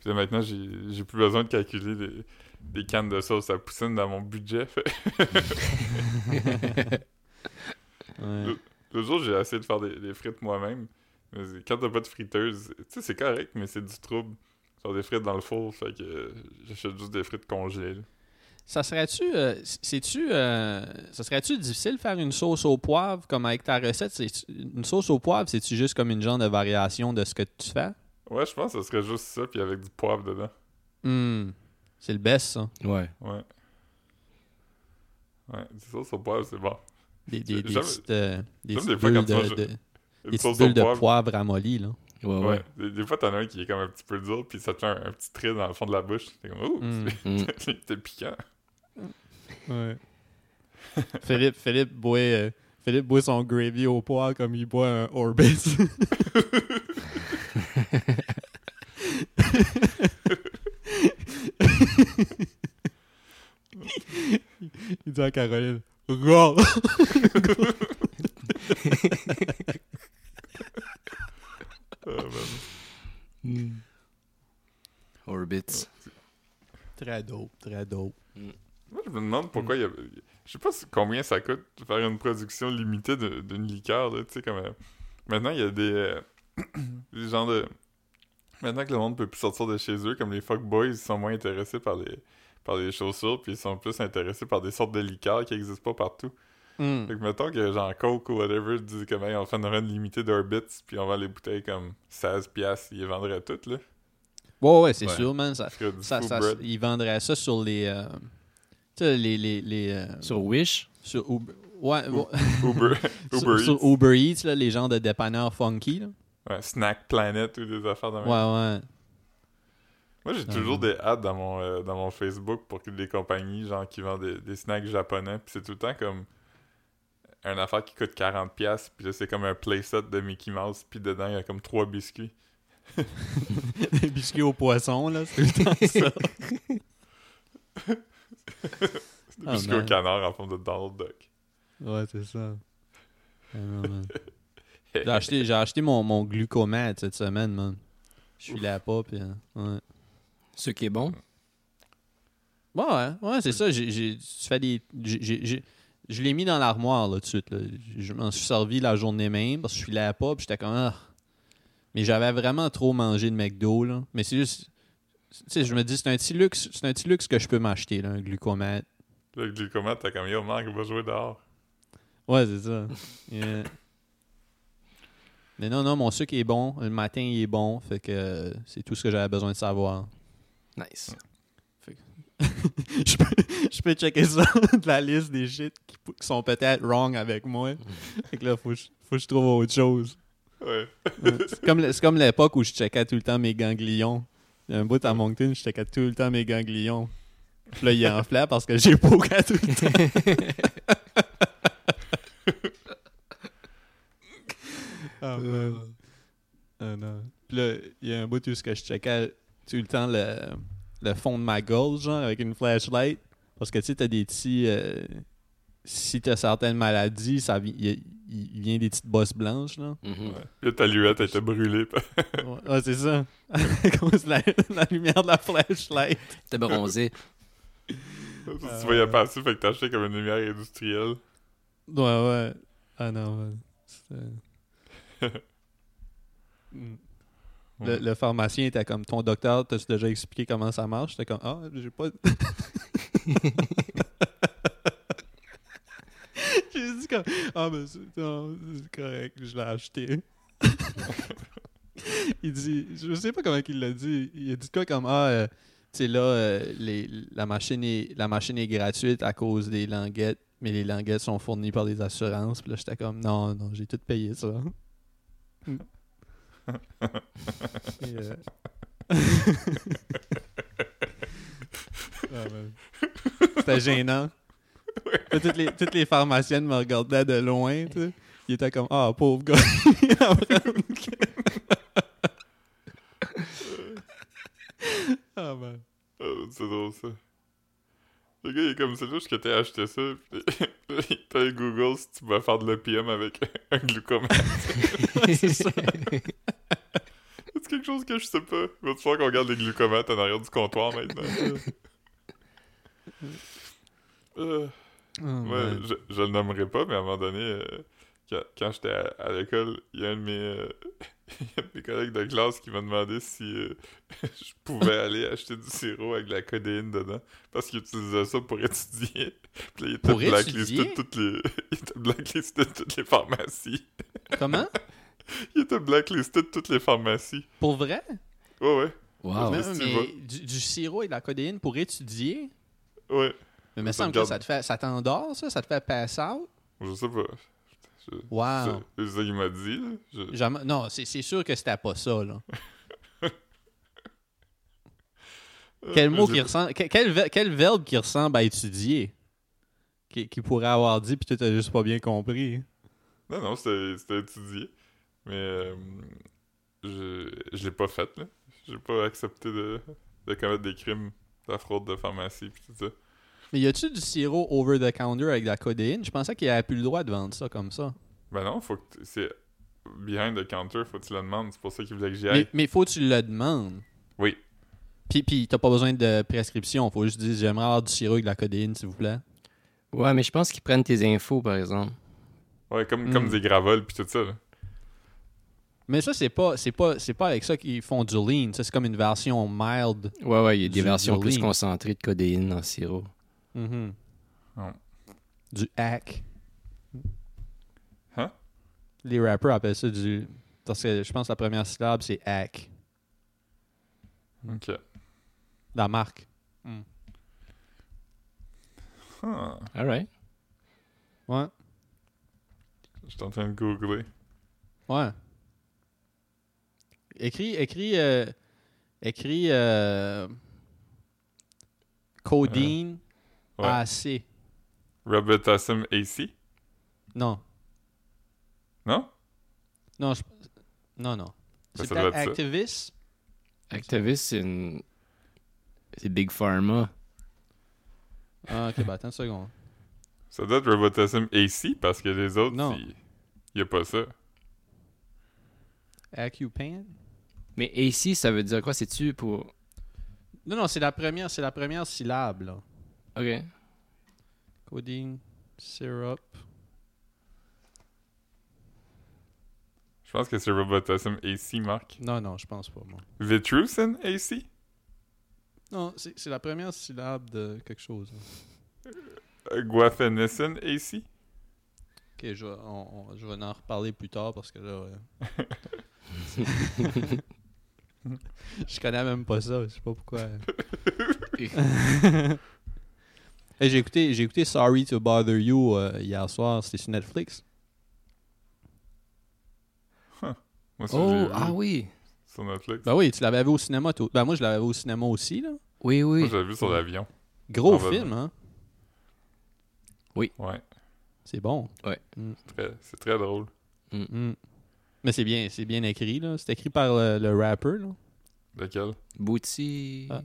Speaker 3: Puis là, maintenant, j'ai j'ai plus besoin de calculer les, les cannes de sauce à poutine dans mon budget. [LAUGHS] Fait-
Speaker 2: Euh.
Speaker 1: Ouais.
Speaker 3: Le jour, j'ai essayé de faire des, des frites moi-même. Mais c'est- Quand t'as pas de friteuse, tu sais, c'est correct, mais c'est du trouble. Genre des frites dans le four, fait que euh, j'achète juste des frites congelées. là.
Speaker 1: Ça serait-tu. euh, c- c'est-tu. euh, ça serait-tu difficile de faire une sauce au poivre comme avec ta recette? C'est- une sauce au poivre, c'est-tu juste comme une genre de variation de ce que tu fais?
Speaker 3: Ouais, je pense que ce serait juste ça, puis avec du poivre dedans.
Speaker 1: Hmm. C'est le best, ça.
Speaker 2: Ouais.
Speaker 3: Ouais. Ouais, du sauce au poivre, c'est bon.
Speaker 1: Des, des, des
Speaker 3: J'aime-
Speaker 1: petites, euh, des
Speaker 3: j'aime
Speaker 1: petites
Speaker 3: des fois
Speaker 1: bulles,
Speaker 3: quand tu manges-
Speaker 1: de, de-
Speaker 3: Une
Speaker 1: des petites
Speaker 3: sauce au
Speaker 1: bulles de
Speaker 3: poivre.
Speaker 1: poivre ramollies,
Speaker 3: [LAUGHS]
Speaker 1: là.
Speaker 2: Ouais,
Speaker 3: Ouais.
Speaker 2: ouais.
Speaker 3: Des, des fois, t'en as un qui est comme un petit peu dur, puis ça te fait un, un petit trait dans le fond de la bouche. T'es comme, ouh, [LAUGHS]
Speaker 1: Mm.
Speaker 2: Mm.
Speaker 3: t'es piquant.
Speaker 1: [LAUGHS] Philippe, Philippe boit, euh, Philippe boit son gravy au poivre comme il boit un
Speaker 3: [LAUGHS]
Speaker 1: Orbis. il dit à Caroline, Regarde!
Speaker 3: Ah, man.
Speaker 2: [LAUGHS] Orbits.
Speaker 1: Très dope, très dope.
Speaker 3: Moi, je me demande pourquoi il y a. Je sais pas si- combien ça coûte de faire une production limitée de- d'une liqueur, là, tu sais, comme. euh, Maintenant, il y a des. euh, [CLEARS THROAT] des gens de. Maintenant que le monde peut plus sortir de chez eux, comme les fuckboys, ils sont moins intéressés par les par les chaussures, puis ils sont plus intéressés par des sortes de liqueurs qui existent pas partout.
Speaker 1: Hmm.
Speaker 3: Fait que mettons que genre Coke ou whatever disent ben, comme hey, on fait une run limitée d'Orbits, puis on vend les bouteilles comme 16$, piastres, ils les vendraient toutes, là.
Speaker 1: Ouais, ouais, c'est
Speaker 2: Ouais.
Speaker 1: sûr, man. Ça,
Speaker 3: Ça ferait du
Speaker 1: ça,
Speaker 3: faux
Speaker 1: ça-
Speaker 3: bread.
Speaker 1: ils vendraient ça sur les. euh, tu sais, les. les, les euh,
Speaker 2: Sur Wish?
Speaker 1: sur Ub- Ouais, [LAUGHS] bon,
Speaker 3: Uber, Uber
Speaker 1: sur, sur
Speaker 3: Eats.
Speaker 1: Uber Eats, là, les gens de dépanneurs funky. Là.
Speaker 3: Ouais, Snack Planet ou des affaires de même.
Speaker 1: Ouais, ouais.
Speaker 3: Moi, j'ai
Speaker 1: Ah.
Speaker 3: toujours des ads dans mon, euh, dans mon Facebook pour que des compagnies genre qui vendent des, des snacks japonais. Puis c'est tout le temps comme un affaire qui coûte 40$. piastres, Puis là, c'est comme un playset de Mickey Mouse. Puis dedans, il y a comme trois biscuits.
Speaker 1: [LAUGHS] Des biscuits au poisson, là,
Speaker 3: [LAUGHS]
Speaker 1: c'est tout le temps [LAUGHS] ça.
Speaker 3: Des
Speaker 1: Ah,
Speaker 3: biscuits
Speaker 1: man.
Speaker 3: au canard en forme de Donald Duck.
Speaker 1: Ouais, c'est
Speaker 3: [LAUGHS]
Speaker 1: ça. Ah non, man. J'ai acheté, j'ai acheté mon, mon glucomate cette semaine, man. Je suis là pas, puis... hein, Ouais.
Speaker 2: Ce qui est bon.
Speaker 1: Bon, ouais, ouais, c'est ça. J'ai, j'ai- tu fais des, j'ai- j'ai- j'ai- je l'ai mis dans l'armoire, là, tout de suite. là. Je m'en suis servi la journée même parce que je suis là pas, puis j'étais comme. Ah. Mais j'avais vraiment trop mangé de McDo, là. Mais c'est juste. Tu sais, je me dis, c'est un petit luxe, c'est un petit luxe que je peux m'acheter, là, un glucomate.
Speaker 3: Là, le glucomate, t'as comme Yo, Marc, va jouer dehors.
Speaker 1: Ouais, c'est ça. Yeah. Mais non, non, mon sucre est bon. Le matin, il est bon. Fait que euh, c'est tout ce que j'avais besoin de savoir.
Speaker 2: Nice.
Speaker 1: [LAUGHS] je, peux, je peux checker ça [LAUGHS] de la liste des shit qui, pou- qui sont peut-être wrong avec moi. Fait que là, faut que je- faut que je trouve autre chose.
Speaker 3: Ouais.
Speaker 1: Ouais. C'est comme, le- c'est comme l'époque où je checkais tout le temps mes ganglions. Il y a un bout à Moncton, je checkais tout le temps mes ganglions. Puis là, il enflait parce que j'ai poké tout le temps. Ah, man. Ah, non. Puis là, il y a un bout où ce que je checkais tout le temps le, le fond de ma gorge, genre, avec une flashlight. Parce que, tu sais, t'as des petits... euh, si t'as certaines maladies, ça vi- il il vient des petites bosses blanches, là.
Speaker 2: Mhm.
Speaker 3: Ouais. Puis là, ta luette, elle était brûlée.
Speaker 1: Ouais, ouais, c'est ça. [LAUGHS] À cause de la, la lumière de la flashlight.
Speaker 2: T'es
Speaker 3: [LAUGHS]
Speaker 2: bronzé.
Speaker 3: [LAUGHS] tu voyais passer, fait que t'as acheté comme une lumière industrielle.
Speaker 1: Ouais, ouais. Ah non, ouais. C'était- Mm. Le,
Speaker 3: Ouais.
Speaker 1: le pharmacien était comme ton docteur, t'as déjà expliqué comment ça marche? J'étais comme Ah, j'ai pas. j'ai dit comme Ah, mais c'est non, c'est correct, je l'ai acheté. il dit, je sais pas comment il l'a dit. Il a dit quoi comme Ah, euh, tu sais, là, euh, les, la, machine est, la machine est gratuite à cause des languettes, mais les languettes sont fournies par des assurances. Puis là, j'étais comme Non, non, j'ai tout payé ça. Et, euh, Ah, man. C'était gênant. Là, Toutes, les, toutes les pharmaciennes me regardaient de loin. tu sais. Ils étaient comme Ah, pauvre gars. Ah, man.
Speaker 3: Oh, c'est drôle ça. Le gars, il est comme c'est louche que t'aies acheté ça. Puis [LAUGHS] t'as Google si tu vas faire de l'opium avec [LAUGHS] un glucomate. [LAUGHS] C'est quelque chose que je sais pas. Va-tu falloir qu'on garde les glucomates en arrière du comptoir maintenant? Euh,
Speaker 1: Ah,
Speaker 3: ouais,
Speaker 1: man.
Speaker 3: je, je le nommerai pas, mais à un moment donné, euh, quand, quand j'étais à, à l'école, il y a un de mes, euh, [LAUGHS] il y a un de mes collègues de classe qui m'a demandé si euh, [LAUGHS] je pouvais aller acheter du sirop avec de la codéine dedans, parce qu'il utilisait ça pour [LAUGHS] étudier. Puis là, il était
Speaker 2: Pour
Speaker 3: blacklisté de
Speaker 2: étudier?
Speaker 3: toutes les, [LAUGHS] il était blacklisté de toutes les pharmacies.
Speaker 1: Comment
Speaker 3: Il était blacklisté de toutes les pharmacies.
Speaker 1: Pour vrai
Speaker 3: Ouais, Ah, ouais,
Speaker 2: Wow.
Speaker 1: Mais-
Speaker 3: si tu
Speaker 1: mais
Speaker 3: vas.
Speaker 1: du, du sirop et de la codéine pour étudier
Speaker 3: ouais.
Speaker 1: Mais il me
Speaker 3: Ça
Speaker 1: semble
Speaker 3: te
Speaker 1: que
Speaker 3: garde-
Speaker 1: ça te fait, ça t'endort, ça, ça te fait pass out.
Speaker 3: Je sais pas. Je-
Speaker 1: Wow.
Speaker 3: C'est c'est ça qu'il m'a dit. là. Je-
Speaker 1: Jamais- Non, c'est c'est sûr que c'était pas ça, là. Quel mot qui
Speaker 3: J'ai-
Speaker 1: ressemble. que- Quel, ver- quel verbe qui ressemble à étudier qui, qui pourrait avoir dit, puis tu t'as juste pas bien compris.
Speaker 3: Non, non, c'était c'était étudié. Mais euh, je, je l'ai pas fait, là. J'ai pas accepté de, de commettre des crimes, de la fraude de pharmacie, pis tout ça.
Speaker 1: Mais y a-tu du sirop over the counter avec de la codéine Je pensais qu'il avait plus le droit de vendre ça comme ça.
Speaker 3: Ben non, faut que. t- C'est behind the counter, faut que tu le demandes. C'est pour ça qu'il voulait que j'y aille.
Speaker 1: Mais, mais faut que tu le demandes.
Speaker 3: Oui.
Speaker 1: Puis, puis t'as pas besoin de prescription. Faut juste dire j'aimerais avoir du sirop avec de la codéine, s'il vous plaît.
Speaker 2: Ouais, mais je pense qu'ils prennent tes infos, par exemple.
Speaker 3: Ouais, comme,
Speaker 1: Hmm.
Speaker 3: comme des gravoles, pis tout ça, là.
Speaker 1: Mais ça, c'est pas, c'est pas, c'est pas avec ça qu'ils font du lean. Ça, c'est comme une version mild.
Speaker 2: Ouais, ouais, il y a
Speaker 1: Du-
Speaker 2: des versions
Speaker 1: du
Speaker 2: plus
Speaker 1: lean.
Speaker 2: concentrées de codéine en sirop.
Speaker 3: Ouais.
Speaker 1: Du hack.
Speaker 3: Hein?
Speaker 1: Les rappers appellent ça du. Parce que je pense que la première syllabe, c'est hack.
Speaker 3: Ok.
Speaker 1: La marque.
Speaker 3: Ah.
Speaker 2: All right.
Speaker 1: Ouais.
Speaker 3: Je suis en train de googler.
Speaker 1: Ouais. Écris, écris, euh, écris euh, Codeine
Speaker 3: Ouais.
Speaker 1: AC.
Speaker 3: Robitussin AC?
Speaker 1: Non,
Speaker 3: Non?
Speaker 1: non, je- non, non. C'est
Speaker 3: ça doit
Speaker 1: peut-être
Speaker 3: être ça.
Speaker 1: Activist.
Speaker 2: Activist, c'est une. C'est Big Pharma.
Speaker 1: Ah, ok, bah attends une seconde.
Speaker 3: Ça doit être Robitussin AC parce que les autres,
Speaker 1: Non.
Speaker 3: il n'y a pas ça.
Speaker 1: Accupan?
Speaker 2: Mais AC, ça veut dire quoi? C'est-tu pour.
Speaker 1: Non, non, c'est la première, c'est la première syllabe, là.
Speaker 2: Ok.
Speaker 3: [LAUGHS]
Speaker 1: Codeine, syrup.
Speaker 3: Je pense que c'est Robitussin AC, Marc.
Speaker 1: Non, non, je pense pas, moi.
Speaker 3: Vitrusin AC?
Speaker 1: Non, c'est c'est la première syllabe de quelque chose. là.
Speaker 3: Euh, Guaifenesin AC?
Speaker 1: Ok, je, vais- on- on- je vais en reparler plus tard parce que là. euh, [LAUGHS] je connais même pas ça, je sais pas pourquoi. Hey, j'ai écouté, j'ai écouté Sorry to Bother You euh, hier soir, c'était sur Netflix.
Speaker 3: Moi, ça, j'ai
Speaker 2: Oh,
Speaker 3: vu
Speaker 2: ah oui.
Speaker 3: sur Netflix.
Speaker 1: Ben oui, tu l'avais vu au cinéma. toi. Ben moi, je l'avais vu au cinéma aussi, là.
Speaker 2: Oui,
Speaker 3: Moi,
Speaker 2: oui.
Speaker 3: j'avais vu sur l'avion.
Speaker 1: Gros
Speaker 3: Ah, ben,
Speaker 1: film, hein.
Speaker 3: Ouais,
Speaker 1: C'est bon.
Speaker 3: très- c'est très drôle.
Speaker 1: Mm. Mais c'est bien, c'est bien écrit, là. C'est écrit par le, le rapper, là.
Speaker 3: Lequel?
Speaker 2: Booty.
Speaker 1: Ah.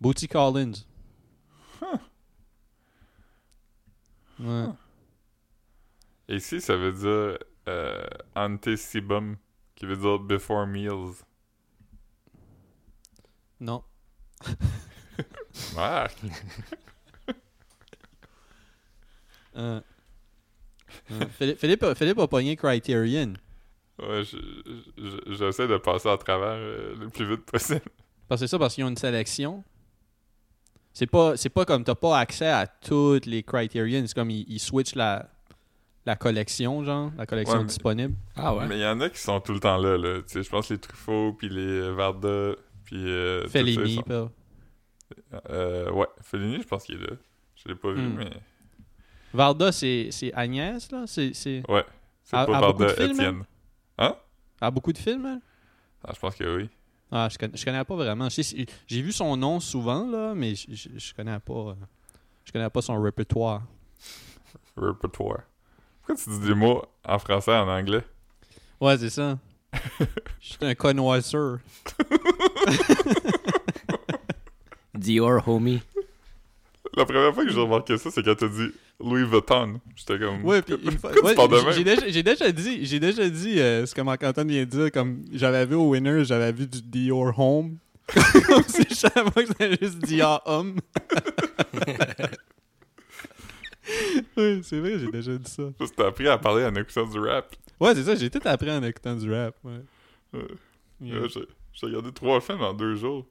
Speaker 1: Booty Collins. Ouais.
Speaker 3: AC, ça veut dire euh, antecibum, qui veut dire before meals.
Speaker 1: Non.
Speaker 3: Marc!
Speaker 1: Euh. Euh, Philippe, Philippe, a- Philippe a pogné Criterion.
Speaker 3: Ouais, je- je- je- j'essaie de passer à travers euh, le plus vite possible.
Speaker 1: Parce que c'est ça, parce qu'ils ont une sélection. C'est pas, c'est pas comme t'as pas accès à toutes les Criterion. C'est comme ils, ils switchent la, la collection, genre, la collection
Speaker 3: Ouais, mais-
Speaker 1: disponible.
Speaker 2: Ah ouais.
Speaker 3: Mais il y en a qui sont tout le temps là, là. Tu sais, je pense les Truffaut, puis les euh, Varda, puis... euh, tous ceux
Speaker 1: Fellini,
Speaker 3: sont-
Speaker 1: pas.
Speaker 3: Euh, ouais, Fellini, je pense qu'il est là. Je l'ai pas vu,
Speaker 1: Hmm.
Speaker 3: mais...
Speaker 1: Varda, c'est, c'est Agnès, là. C'est, c'est...
Speaker 3: Ouais. C'est
Speaker 1: À-
Speaker 3: pas
Speaker 1: à beaucoup
Speaker 3: Varda,
Speaker 1: de films,
Speaker 3: Étienne.
Speaker 1: Elle a beaucoup de films, elle?
Speaker 3: Ah, je pense que oui.
Speaker 1: Ah, je connais, je connais pas vraiment. Je sais- J'ai vu son nom souvent, là, mais je, je, je connais pas. euh, Je connais pas son répertoire.
Speaker 3: Repertoire. Pourquoi tu dis des mots en français et en anglais?
Speaker 1: Ouais, c'est
Speaker 3: [LAUGHS]
Speaker 1: ça. Je suis un connoisseur.
Speaker 2: Dior, homie.
Speaker 3: La première fois que j'ai remarqué ça, c'est quand t'as dit Louis Vuitton. J'étais comme...
Speaker 1: Ouais, puis une fois-
Speaker 3: Hmm. Pourquoi tu
Speaker 1: ouais,
Speaker 3: parles de
Speaker 1: j'ai- j'ai
Speaker 3: même?
Speaker 1: déjà, j'ai déjà dit, j'ai déjà dit euh, ce que Marc Antoine vient de dire. Comme j'avais vu au Winner, j'avais vu du Dior
Speaker 3: [LAUGHS]
Speaker 1: Home. comme si je savais pas que c'était juste Dior Homme. oui, c'est vrai, j'ai déjà dit ça.
Speaker 3: [LAUGHS] Ça, T'as appris à parler en écoutant du rap.
Speaker 1: Ouais, c'est ça, j'ai tout appris en écoutant du rap. Ouais.
Speaker 3: Euh,
Speaker 1: Yeah.
Speaker 3: Ouais, j'ai- J'ai regardé trois films en deux jours.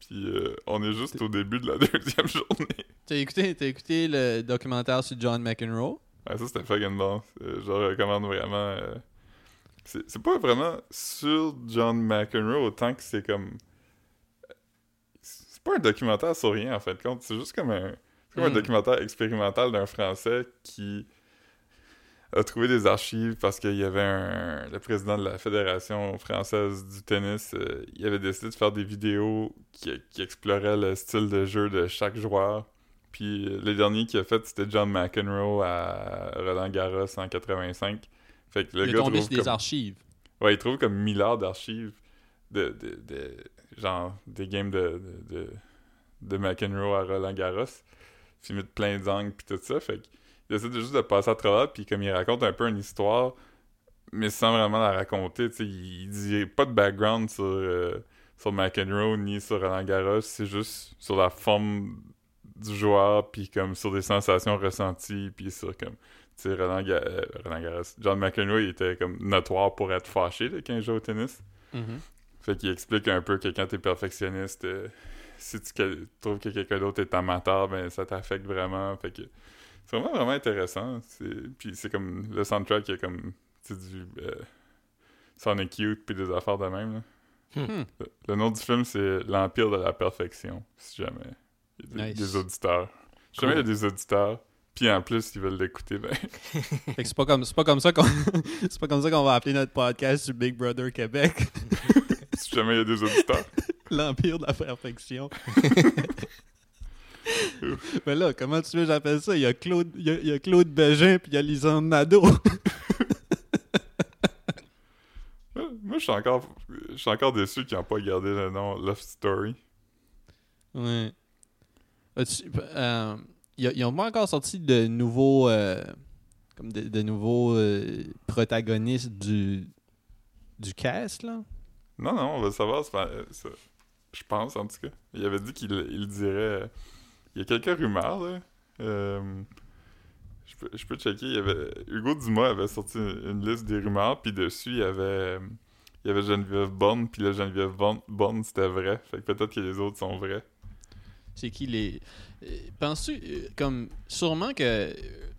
Speaker 3: Puis euh, on est juste au début de la [LAUGHS] deuxième journée.
Speaker 1: T'as écouté, t'as écouté le documentaire sur John McEnroe?
Speaker 3: Ouais, ça, c'était fucking bon. Euh, Je le recommande vraiment. euh, C'est c'est pas vraiment sur John McEnroe autant que c'est comme. C'est pas un documentaire sur rien en fait compte. C'est juste comme un. C'est comme un
Speaker 1: Mm.
Speaker 3: documentaire expérimental d'un Français qui a trouvé des archives parce qu'il y avait un, le président de la Fédération française du tennis, euh, il avait décidé de faire des vidéos qui, qui exploraient le style de jeu de chaque joueur. Puis euh, le dernier qu'il a fait, c'était John McEnroe à Roland Garros en 85. Fait que le
Speaker 1: il est
Speaker 3: gars
Speaker 1: tombé
Speaker 3: trouve
Speaker 1: sur des
Speaker 3: comme-
Speaker 1: archives.
Speaker 3: Ouais, il trouve comme 1000 heures d'archives de, de, de- genre des games de, de, de, de McEnroe à Roland Garros, filmé de plein d'angles puis tout ça. Fait qu'il essaie de- juste de passer à travers, puis comme il raconte un peu une histoire, mais sans vraiment la raconter, tu sais, il, il dit pas de background sur, euh, sur McEnroe ni sur Roland Garros, c'est juste sur la forme du joueur, puis comme sur des sensations ressenties, puis sur comme tu sais, Roland, Ga- euh, Roland Garros. John McEnroe, il était comme notoire pour être fâché là, quand il joue au tennis. Mhm. Fait qu'il explique un peu que quand t'es perfectionniste, euh, si tu quel- trouves que quelqu'un d'autre est amateur, ben ça t'affecte vraiment. Fait que c'est vraiment, vraiment intéressant. C'est- Puis c'est comme le soundtrack, il y a comme, tu sais, du euh, Sonic Youth, puis des affaires de même. là.
Speaker 1: Hmm.
Speaker 3: Le, le nom du film, c'est L'Empire de la Perfection, si jamais il y a des,
Speaker 1: Nice.
Speaker 3: des auditeurs. Si jamais il y a des auditeurs Puis en plus, ils veulent l'écouter. ben. [LAUGHS]
Speaker 1: Fait que c'est pas comme c'est pas comme ça qu'on [LAUGHS] c'est pas comme ça qu'on va appeler notre podcast sur Big Brother Québec, [LAUGHS]
Speaker 3: si jamais il y a des auditeurs.
Speaker 1: l'empire de la
Speaker 3: [LAUGHS]
Speaker 1: perfection. Mais là, comment tu veux que j'appelle ça Il y a Claude il y a, il y a Claude Bégin puis il y a Lisanne Nadeau.
Speaker 3: Moi, moi, je suis encore, je suis encore déçu qu'ils n'ont pas gardé le nom Love Story.
Speaker 1: Ouais. As-tu- euh, y a- Ils ont pas encore sorti de nouveaux euh, comme de, de nouveaux euh, protagonistes du du cast là.
Speaker 3: Non, non, on va savoir. c'est pas- euh, ça- Je pense, en tout cas. Il avait dit qu'il il dirait. euh, Il y a quelques rumeurs, là. Euh, Je peux, je peux checker. Il y avait, Hugo Dumas avait sorti une, une liste des rumeurs, puis dessus, il y avait, euh, il y avait Geneviève Bonne, puis la Geneviève Bonne, Bonne, c'était vrai. Fait que peut-être que les autres sont vrais.
Speaker 1: C'est qui les. euh, Penses-tu, euh, comme. Sûrement que. euh,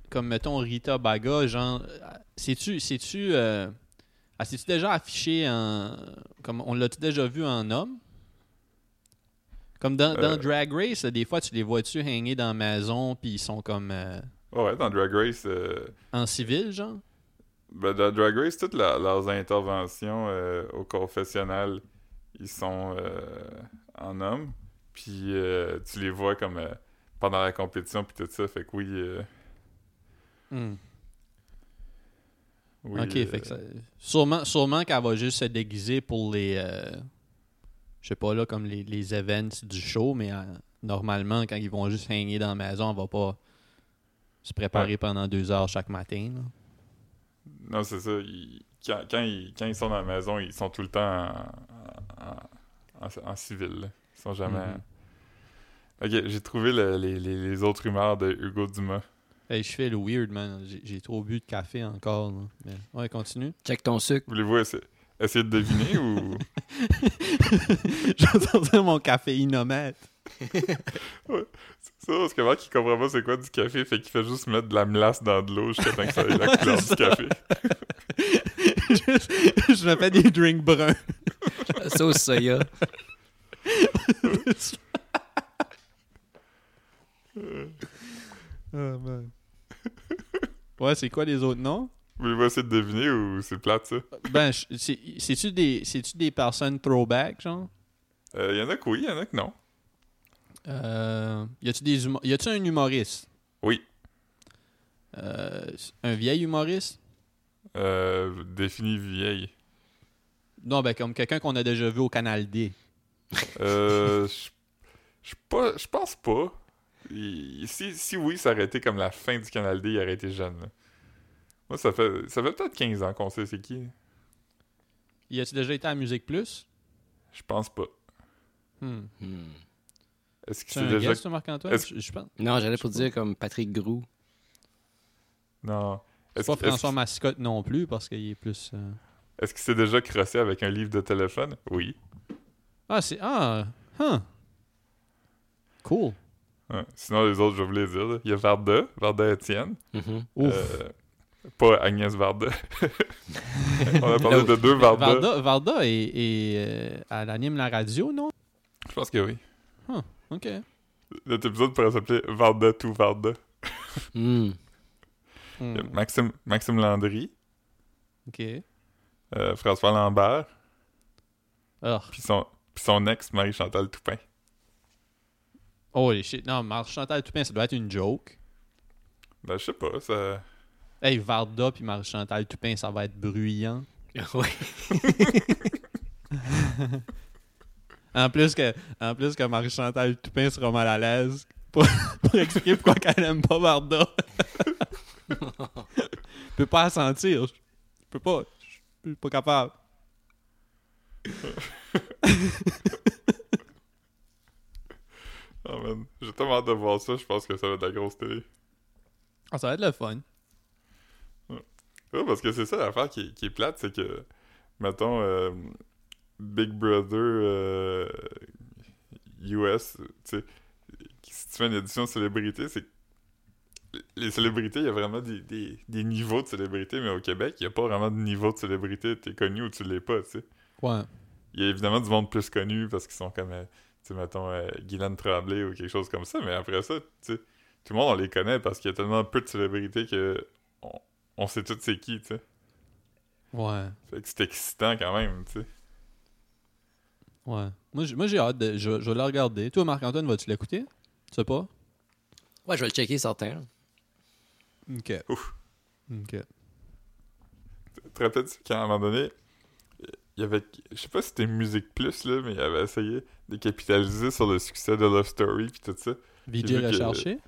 Speaker 1: Comme, mettons, Rita Baga, genre. euh, Sais-tu. Sais-tu. euh, ah, c'est-tu déjà affiché en. Comme, on l'a-tu déjà vu en homme? Comme dans, dans
Speaker 3: Euh.
Speaker 1: Drag Race, là, des fois, tu les vois-tu hanger dans la maison, puis ils sont comme. euh,
Speaker 3: Oh, ouais, dans Drag Race, euh,
Speaker 1: en civil, genre?
Speaker 3: ben, dans Drag Race, toutes la- leurs interventions euh, au confessionnal, ils sont euh, en hommes. Puis euh, tu les vois comme euh, pendant la compétition, puis tout ça. Fait que oui. euh,
Speaker 1: Hmm.
Speaker 3: oui,
Speaker 1: ok,
Speaker 3: euh,
Speaker 1: fait que ça- Sûrement, sûrement qu'elle va juste se déguiser pour les. euh, je sais pas, là, comme les, les events du show, mais euh, normalement, quand ils vont juste hanger dans la maison, on va pas se préparer pendant deux heures chaque matin. là.
Speaker 3: euh, Non, c'est ça. ils- quand, quand ils, quand ils sont dans la maison, ils sont tout le temps en, en- en- en civil. là. Ils sont jamais.
Speaker 1: Mhm.
Speaker 3: Ok, j'ai trouvé le- les, les- les autres rumeurs de Hugo Dumas.
Speaker 1: Hey, je fais le weird, man. J'ai j'ai trop bu de café encore. là. Mais- ouais,
Speaker 3: [LAUGHS]
Speaker 1: continue.
Speaker 2: Check ton [LAUGHS] sucre.
Speaker 3: Voulez-vous essa- essayer de deviner ou.
Speaker 1: J'ai sorti mon café innomètre.
Speaker 3: C'est ça, parce que Marc, il comprend pas c'est quoi du café, fait qu'il fait juste mettre de la melasse dans de l'eau jusqu'à temps que ça
Speaker 1: [LAUGHS]
Speaker 3: ait la couleur du café.
Speaker 1: je, je me fais des drinks bruns.
Speaker 2: Sauce soya.
Speaker 1: Ouais, c'est quoi les autres noms?
Speaker 3: Voulez-vous essayer de deviner ou c'est plate, ça?
Speaker 1: Ben, je- c'est- c'est-tu des, c'est-tu des personnes throwback, genre?
Speaker 3: Euh, y en a que oui, y en a que non.
Speaker 1: Euh, y a-tu des humo- y a-tu un humoriste?
Speaker 3: Oui.
Speaker 1: Euh, un vieil humoriste?
Speaker 3: Euh, défini vieille.
Speaker 1: Non, ben comme quelqu'un qu'on a déjà vu au Canal D. [LAUGHS]
Speaker 3: Euh, je- je pas- je pense pas. Il- si, si oui, ça aurait été comme la fin du Canal D, il aurait été jeune. là. Moi, ça fait, ça fait peut-être 15 ans qu'on sait c'est qui.
Speaker 1: Y a-tu déjà été à Musique Plus?
Speaker 3: Je pense pas.
Speaker 1: Hmm.
Speaker 2: Hmm.
Speaker 3: Est-ce que
Speaker 1: C'est
Speaker 3: c'est
Speaker 1: un
Speaker 3: déjà.
Speaker 1: guest, ça, Marc-Antoine?
Speaker 3: Est-ce-
Speaker 1: Je, je pense.
Speaker 2: Non, j'allais pour dire comme Patrick Groux.
Speaker 3: Non.
Speaker 1: C'est
Speaker 3: Est-ce
Speaker 1: pas
Speaker 3: que- est-ce
Speaker 1: François Mascotte non plus, parce qu'il est plus... euh,
Speaker 3: que- est-ce qu'il s'est déjà crossé avec un livre de téléphone? Oui.
Speaker 1: Ah, c'est... Ah! Huh. Cool.
Speaker 3: Ouais. Sinon, les autres, je vais vous les dire. là. Il y a Varda, Varda Etienne.
Speaker 2: Mhm.
Speaker 1: Ouf.
Speaker 3: Euh, pas Agnès [LAUGHS] Varda. On a parlé de deux Varda.
Speaker 1: Varda, Varda est, est, euh, elle anime la radio, non?
Speaker 3: Je pense que oui.
Speaker 1: OK.
Speaker 3: Notre épisode pourrait s'appeler Varda tout Varda.
Speaker 2: Hmm. [LAUGHS]
Speaker 1: Hmm.
Speaker 3: Il y a Maxime, Maxime Landry,
Speaker 1: OK.
Speaker 3: euh, François Lambert,
Speaker 1: Ah.
Speaker 3: puis son, puis son ex Marie-Chantal Toupin.
Speaker 1: Oh, les shit. Non, Marc Chantal Toupin, ça doit être une joke.
Speaker 3: Ben, je sais pas, ça...
Speaker 1: Hey, Varda puis Marc Chantal Toupin, ça va être bruyant.
Speaker 2: Ouais.
Speaker 1: En plus que, en plus que Marc Chantal Toupin sera mal à l'aise pour, [LAUGHS] pour expliquer pourquoi qu'elle aime pas Varda. [LAUGHS] Je peux pas la sentir. Je peux pas. Je suis pas capable.
Speaker 3: Oh, man. J'ai tellement hâte de voir ça, je pense que ça va être de la grosse télé.
Speaker 1: Ah, ça va être le fun.
Speaker 3: Ouais, parce que c'est ça l'affaire qui, est- qui est plate, c'est que, mettons, euh, Big Brother euh, US, tu sais, qui- si tu fais une édition célébrité, c'est que les célébrités, il y a vraiment des, des- des niveaux de célébrité, mais au Québec, il n'y a pas vraiment de niveau de célébrité. T'es connu ou tu l'es pas, tu sais.
Speaker 1: Ouais.
Speaker 3: Il y a évidemment du monde plus connu parce qu'ils sont comme, euh, tu sais, mettons, euh, Guylaine Tremblay ou quelque chose comme ça, mais après ça, tu sais, tout le monde, on les connaît parce qu'il y a tellement peu de célébrités que on, on sait toutes c'est qui, tu sais.
Speaker 1: Ouais.
Speaker 3: Fait que c'est excitant quand même, tu sais.
Speaker 1: Ouais. Moi, j'ai- moi, j'ai hâte de. Je, je vais la regarder. Toi, Marc-Antoine, vas-tu l'écouter? Tu sais pas?
Speaker 2: Ouais, je vais le checker, certain. là.
Speaker 1: Ok.
Speaker 3: Ouf.
Speaker 1: Ok.
Speaker 3: Tu te rappelles-tu qu'à un moment donné, il y avait. Je sais pas si c'était Musique Plus, là, mais il avait essayé de capitaliser sur le succès de Love Story puis tout ça.
Speaker 1: VJ
Speaker 3: J'ai vu que-
Speaker 1: recherché?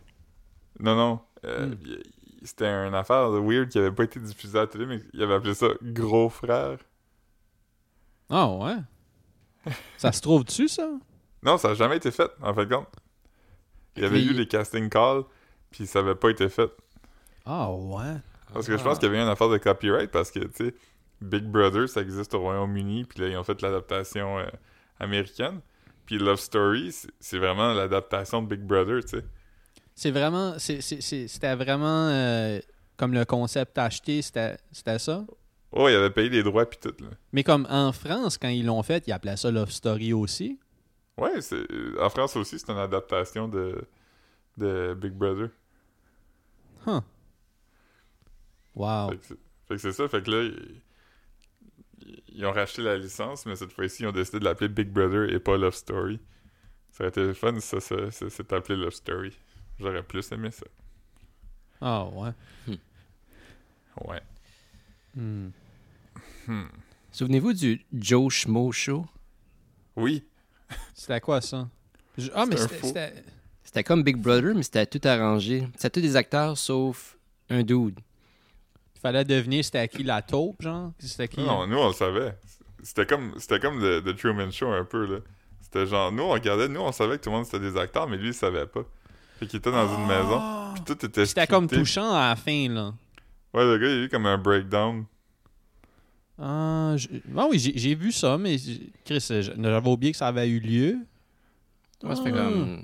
Speaker 3: Non, non. euh,
Speaker 1: Hmm.
Speaker 3: il- il- C'était une affaire de weird qui avait pas été diffusée à la télé, mais il avait appelé ça Gros Frère.
Speaker 1: Ah ouais? Ça se trouve dessus, ça?
Speaker 3: Non, ça a jamais été fait, en fait, de compte. Il y avait
Speaker 2: Puis-
Speaker 3: eu les casting calls, puis ça avait pas été fait.
Speaker 1: Ah ouais?
Speaker 3: Parce que je pense qu'il y avait eu une affaire de copyright, parce que, tu sais, Big Brother, ça existe au Royaume-Uni, puis là, ils ont fait l'adaptation euh, américaine. Puis Love Story, c'est- c'est vraiment l'adaptation de Big Brother, tu sais.
Speaker 1: C'est vraiment. c'est- c'est- c'est- C'était vraiment. euh, comme le concept acheté, c'était c'était ça?
Speaker 3: Oh, ils avaient payé les droits, puis tout, là.
Speaker 1: Mais comme en France, quand ils l'ont fait, ils appelaient ça Love Story aussi.
Speaker 3: Ouais, c'est... euh, en France aussi, c'est une adaptation de... de Big Brother.
Speaker 1: Huh. Wow. Ah.
Speaker 3: Fait que c'est- fait que c'est ça, fait que là, ils... ils ont racheté la licence, mais cette fois-ci, ils ont décidé de l'appeler Big Brother et pas Love Story. Ça aurait été fun si ça ça- ça s'est appelé Love Story. J'aurais plus aimé ça.
Speaker 1: Ah ouais.
Speaker 3: Ouais.
Speaker 1: Hmm.
Speaker 3: Hmm.
Speaker 2: Souvenez-vous du Joe Schmo Show?
Speaker 3: Oui,
Speaker 1: C'était quoi ça? Je- Ah, mais
Speaker 3: C'était un
Speaker 1: c'était-
Speaker 3: faux.
Speaker 1: c'était.
Speaker 2: C'était comme Big Brother, mais c'était tout arrangé. C'était tous des acteurs sauf un dude.
Speaker 1: Il fallait deviner c'était qui la taupe, genre? C'était qui?
Speaker 3: Non, nous on le savait. C'était comme c'était comme The, The Truman Show un peu là. C'était genre nous on regardait, nous on savait que tout le monde c'était des acteurs, mais lui il savait pas. Fait qu'il était dans une maison,
Speaker 1: Ah!
Speaker 3: puis tout était
Speaker 1: C'était comme
Speaker 3: scripté.
Speaker 1: touchant à la fin, là.
Speaker 3: Ouais, le gars il a eu comme un breakdown.
Speaker 1: Ah, je- ah oui, j'ai j'ai vu ça, mais j- Chris, euh, j- j'avais oublié que ça avait eu lieu.
Speaker 2: Ouais, ça fait
Speaker 1: Ah.
Speaker 2: comme Hmm.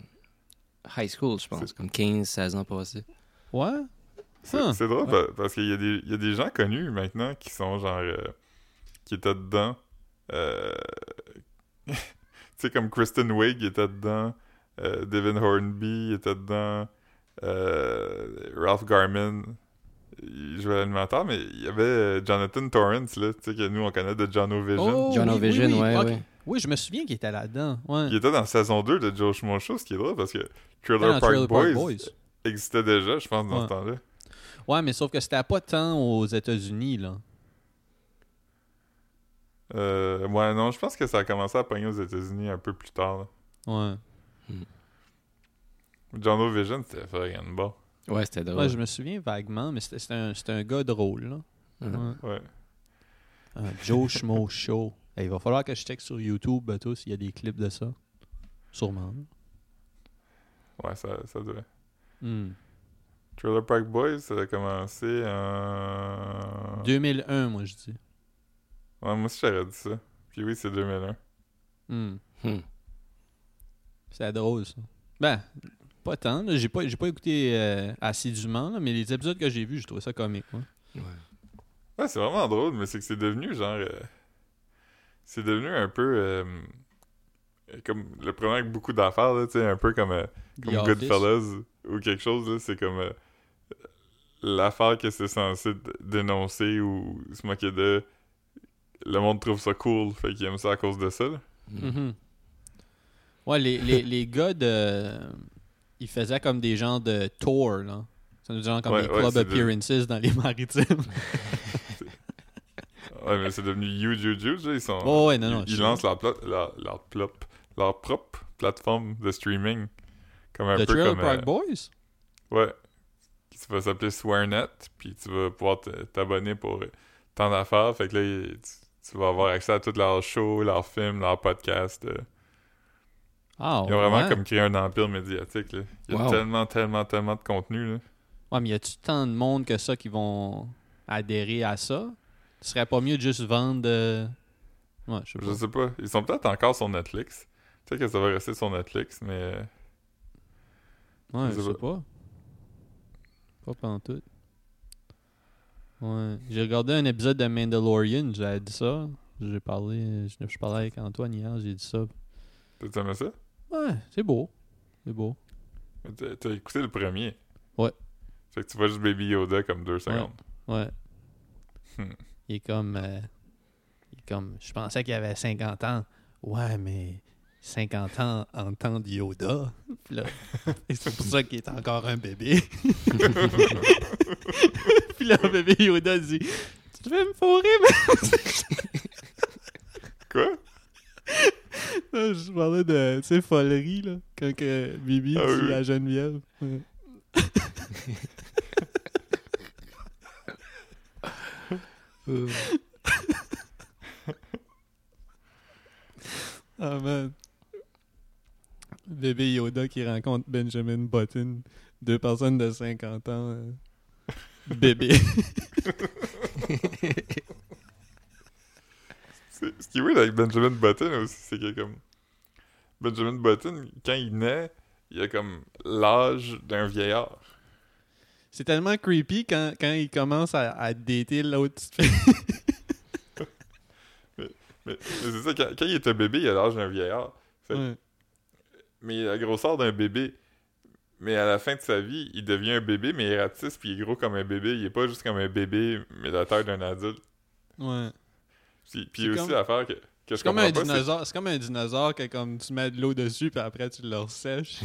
Speaker 2: high school, je pense. Comme 15, 16 ans passés.
Speaker 1: Ouais? Hein.
Speaker 3: C'est
Speaker 1: Huh.
Speaker 3: c'est drôle pa- parce qu'il y a des il y a des gens connus maintenant qui sont genre euh, qui étaient dedans. Euh, [LAUGHS] tu sais comme Kristen Wiig était dedans, euh, Devin Hornby était dedans, euh, Ralph Garman. Il jouait à l'animateur, mais il y avait euh, Jonathan Torrance, là, tu sais, que nous, on connaît de John O'Vision.
Speaker 1: Oh,
Speaker 2: John
Speaker 1: oui,
Speaker 2: Ovision,
Speaker 1: oui, oui.
Speaker 2: ouais,
Speaker 1: Ok.
Speaker 2: ouais.
Speaker 1: Oui, je me souviens qu'il était là-dedans. Ouais.
Speaker 3: Il était dans saison 2 de Joe Schmo Show, ce qui est drôle, parce que
Speaker 1: Dans
Speaker 3: Trailer Park,
Speaker 1: Ah, Trailer
Speaker 3: Boys,
Speaker 1: Park Boys.
Speaker 3: existait déjà, je pense, dans
Speaker 1: Ouais.
Speaker 3: ce temps-là.
Speaker 1: Ouais, mais sauf que c'était pas tant aux États-Unis, là.
Speaker 3: Euh, ouais, non, je pense que ça a commencé à pogner aux États-Unis un peu plus tard. là.
Speaker 1: Ouais.
Speaker 3: John O'Vision, c'était fucking bon.
Speaker 2: Ouais, c'était
Speaker 1: Ouais,
Speaker 2: drôle.
Speaker 1: je me souviens vaguement, mais c'était c'était un, c'était un gars drôle, là.
Speaker 2: Mhm.
Speaker 1: Ouais.
Speaker 3: Ouais.
Speaker 1: Un Joe Schmo Show. Eh, il va falloir que je check sur YouTube, euh, tout, s'il y a des clips de ça. Sûrement.
Speaker 3: Ouais, ça, ça devait.
Speaker 1: Hmm.
Speaker 3: Trailer Park Boys, ça a commencé en.
Speaker 1: 2001, moi, je dis.
Speaker 3: Ouais, moi aussi, j'aurais dit ça. Puis oui, c'est 2001.
Speaker 1: Hmm.
Speaker 2: Hmm.
Speaker 1: C'était drôle, ça. Ben, pas tant. là. J'ai pas, j'ai pas écouté euh, assidûment, là, mais les épisodes que j'ai vus, j'ai trouvé ça comique. ouais.
Speaker 3: Ouais, c'est vraiment drôle, mais c'est que c'est devenu genre. euh, C'est devenu un peu. euh, Comme le problème avec beaucoup d'affaires, là, tu sais, un peu comme. euh,
Speaker 1: The
Speaker 3: comme
Speaker 1: Office.
Speaker 3: Goodfellas ou quelque chose, là, c'est comme euh, l'affaire que c'est censé d- dénoncer ou se moquer de. Le monde trouve ça cool, fait qu'il aime ça à cause de ça. là.
Speaker 2: Hmm.
Speaker 1: Mhm. Ouais, les, les, les gars de. euh, Ils faisaient comme des gens de tour, là. C'est des gens comme
Speaker 3: Ouais,
Speaker 1: des
Speaker 3: ouais,
Speaker 1: club
Speaker 3: c'est de-
Speaker 1: appearances dans les [LAUGHS] maritimes.
Speaker 3: Ouais, mais c'est devenu huge, huge, huge. là, Ils, sont,
Speaker 1: Ouais, ouais, Oh, non, non,
Speaker 3: ils-
Speaker 1: je
Speaker 3: ils
Speaker 1: sais.
Speaker 3: lancent leur, pla- leur, leur, plop- leur propre plateforme de streaming. Comme un
Speaker 1: The
Speaker 3: peu
Speaker 1: Trailer
Speaker 3: comme.
Speaker 1: Park
Speaker 3: euh,
Speaker 1: Boys?
Speaker 3: ouais. Ça va s'appeler Swearnet, puis tu vas pouvoir te- t'abonner pour euh, tant d'affaires. Fait que là, il- tu, tu vas avoir accès à toutes leurs shows, leurs films, leurs podcasts. euh.
Speaker 1: Ah,
Speaker 3: Ils ont vraiment
Speaker 1: ouais.
Speaker 3: comme créé un empire médiatique. là. Il y a
Speaker 2: Wow.
Speaker 3: tellement, tellement, tellement de contenu. Là.
Speaker 1: Ouais, mais y a-tu tant de monde que ça qui vont adhérer à ça? Ce serait pas mieux de juste vendre. euh, Ouais, je sais pas.
Speaker 3: Je sais pas. Ils sont peut-être encore sur Netflix. Tu sais que ça va rester sur Netflix, mais. euh,
Speaker 1: Ouais,
Speaker 3: Je
Speaker 1: je
Speaker 3: sais
Speaker 1: sais pas. Pas pantoute. Ouais. J'ai regardé un épisode de Mandalorian, j'avais dit ça. J'ai parlé, je, je parlais avec Antoine hier, j'ai dit ça.
Speaker 3: T'as aimé ça?
Speaker 1: Ouais, c'est beau. C'est beau.
Speaker 3: T'as- T'as écouté le premier. Fait que tu vois juste Baby Yoda comme deux secondes.
Speaker 1: Ouais.
Speaker 3: Hmm.
Speaker 1: Il est comme. euh, il est comme. Je pensais qu'il avait 50 ans. Ouais, mais 50 ans en temps de Yoda. [LAUGHS] Puis
Speaker 3: [LAUGHS]
Speaker 1: là, c'est pour ça qu'il est encore un bébé. [LAUGHS] Puis là, bébé Yoda dit Tu veux me fourrer, mais.
Speaker 3: Quoi?
Speaker 1: [LAUGHS] Non, Je parlais de. Tu sais, folerie, là. Quand que Bibi
Speaker 3: Ah
Speaker 1: dit
Speaker 3: oui.
Speaker 1: à Geneviève. Ouais.
Speaker 2: Hmm.
Speaker 1: Ah man. Bébé Yoda qui rencontre Benjamin Button, deux personnes de 50 ans. euh,
Speaker 3: [LAUGHS]
Speaker 1: bébé.
Speaker 3: C'est- Ce qui est weird avec Benjamin Button aussi, c'est que comme. Benjamin Button, quand il naît, il a comme l'âge d'un vieillard.
Speaker 1: C'est tellement creepy quand, quand il commence à, à dater l'autre petite fille.
Speaker 3: Mais, mais c'est ça, quand, quand il est un bébé, il a l'âge d'un vieillard. Fait que-
Speaker 1: Ouais.
Speaker 3: Mais il a la grosseur d'un bébé. Mais à la fin de sa vie, il devient un bébé, mais il est ratisse, puis il est gros comme un bébé. Il est pas juste comme un bébé, mais la taille d'un adulte.
Speaker 1: Ouais.
Speaker 3: Puis, puis
Speaker 1: C'est
Speaker 3: aussi
Speaker 1: comme-
Speaker 3: l'affaire que, que je
Speaker 1: C'est comme un
Speaker 3: comprends pas, c'est-
Speaker 1: dinosaure. C'est comme un dinosaure que comme tu mets de l'eau dessus puis après tu le
Speaker 3: [LAUGHS]
Speaker 1: ressèches.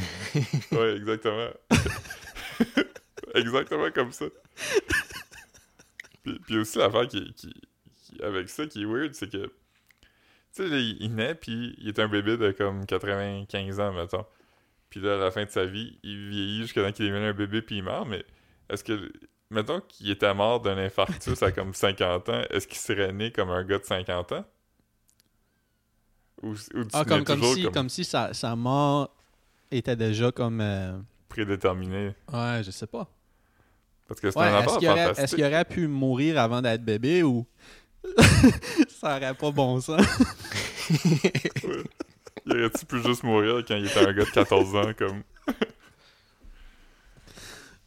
Speaker 3: Ouais, exactement. [LAUGHS] exactement comme ça. Puis, puis aussi, l'affaire qui, qui, qui- avec ça qui est weird, c'est que. Tu sais, là, il il naît, puis il est un bébé de comme 95 ans, mettons. Puis là, à la fin de sa vie, il vieillit jusqu'à temps qu'il devienne un bébé, puis il meurt. Mais est-ce que. Mettons qu'il était mort d'un infarctus à comme 50 ans, est-ce qu'il serait né comme un gars de 50 ans? Ou, ou tu
Speaker 1: Ah,
Speaker 3: nais
Speaker 1: comme, comme
Speaker 3: toujours
Speaker 1: si,
Speaker 3: comme,
Speaker 1: comme... si sa, sa mort était déjà comme. euh,
Speaker 3: prédéterminé?
Speaker 1: Ouais, je sais pas.
Speaker 3: Parce que c'est
Speaker 1: Ouais,
Speaker 3: un
Speaker 1: est-ce
Speaker 3: affaire
Speaker 1: qu'il, aurait,
Speaker 3: fantastique.
Speaker 1: est-ce qu'il aurait pu mourir avant d'être bébé ou. [LAUGHS] ça aurait pas bon sens.
Speaker 3: Il aurait-tu pu juste mourir quand il était un gars de 14 ans, comme...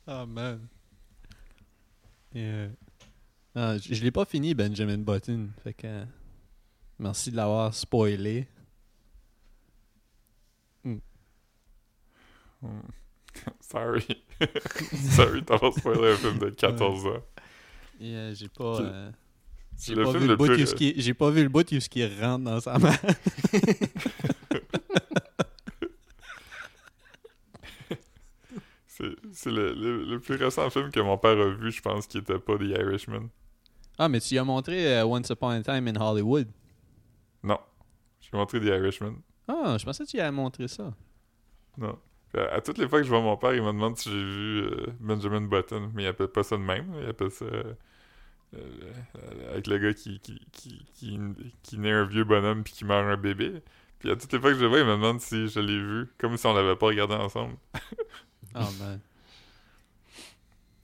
Speaker 1: Ah, man. Et, euh, ah, je, je l'ai pas fini, Benjamin Button. Fait que. euh, Merci de l'avoir spoilé.
Speaker 3: Hmm. [LAUGHS] Sorry. [LAUGHS] Sorry d'avoir spoilé un film de 14 ans.
Speaker 1: Et, euh, j'ai pas.
Speaker 3: C'est-
Speaker 1: euh,
Speaker 3: C'est
Speaker 1: j'ai, pas vu le bout
Speaker 3: euh,
Speaker 1: où ce qui- j'ai pas vu le bout où ce qui rentre dans sa main. [LAUGHS]
Speaker 3: C'est c'est le, le- le plus récent film que mon père a vu, je pense, qui était pas The Irishman.
Speaker 1: Ah, mais tu y as montré euh, Once Upon a Time in Hollywood.
Speaker 3: Non. J'ai montré The Irishman.
Speaker 1: Ah, je pensais que tu y avais montré ça.
Speaker 3: Non. Ben, À, à toutes les fois que je vois mon père, il me demande si j'ai vu euh, Benjamin Button, mais il appelle pas ça de même. Il appelle ça... euh, euh, euh, avec le gars qui, qui, qui, qui, qui naît un vieux bonhomme puis qui meurt un bébé. Puis à toutes les fois que je le vois, il me demande si je l'ai vu, comme si on l'avait pas regardé ensemble.
Speaker 1: [LAUGHS] Ah, man.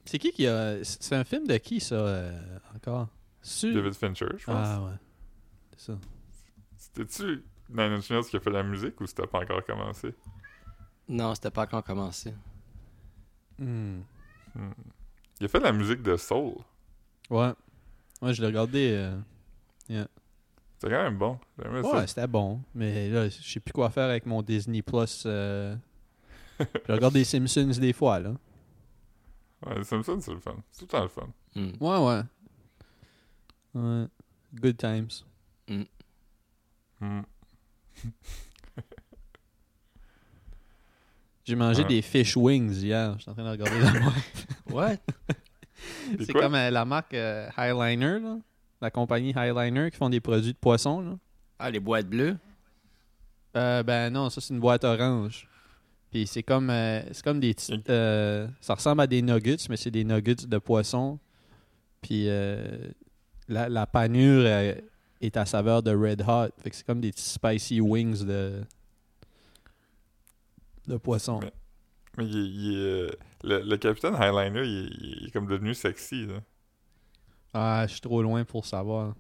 Speaker 1: C'est qui qui a. C'est un film de qui, ça, euh, encore Su-
Speaker 3: David Fincher, je pense.
Speaker 1: Hmm. Ah, ouais. C'est ça.
Speaker 3: C'était-tu Nine Inch Nails qui a fait la musique ou c'était pas encore commencé?
Speaker 2: Non, c'était pas encore commencé.
Speaker 1: Hmm.
Speaker 3: Hmm. Il a fait la musique de Soul.
Speaker 1: Ouais. Ouais, je l'ai regardé. euh,
Speaker 3: C'était quand même bon. J'aimais ça.
Speaker 1: Ouais, c'était bon. Mais là, je sais plus quoi faire avec mon Disney Plus.
Speaker 3: [LAUGHS]
Speaker 1: euh, je regarde des Simpsons des fois, là.
Speaker 3: Ouais, les Simpsons, c'est le fun. C'est tout le temps le fun.
Speaker 2: Hmm.
Speaker 1: Ouais, ouais. Ouais. Good times.
Speaker 3: Hmm.
Speaker 1: J'ai mangé
Speaker 3: Ouais.
Speaker 1: des fish wings hier. Je suis en train de regarder la
Speaker 3: [LAUGHS]
Speaker 1: marque.
Speaker 2: What?
Speaker 3: Puis
Speaker 1: C'est
Speaker 3: quoi?
Speaker 1: comme euh, la marque euh, Highliner, là. La compagnie Highliner qui font des produits de poisson, là.
Speaker 2: Ah, les boîtes bleues?
Speaker 1: Euh, ben non, ça c'est une boîte orange. Puis c'est comme euh, c'est comme des petits-
Speaker 3: Ok.
Speaker 1: euh, ça ressemble à des nuggets, mais c'est des nuggets de poisson. Puis euh, la, la panure euh, est à saveur de Red Hot. Fait que c'est comme des petits spicy wings de de poisson.
Speaker 3: Mais- Mais il, est- il est, euh, le, le capitaine Highliner, il, est- il est comme devenu sexy. là.
Speaker 1: Ah, je suis trop loin pour savoir.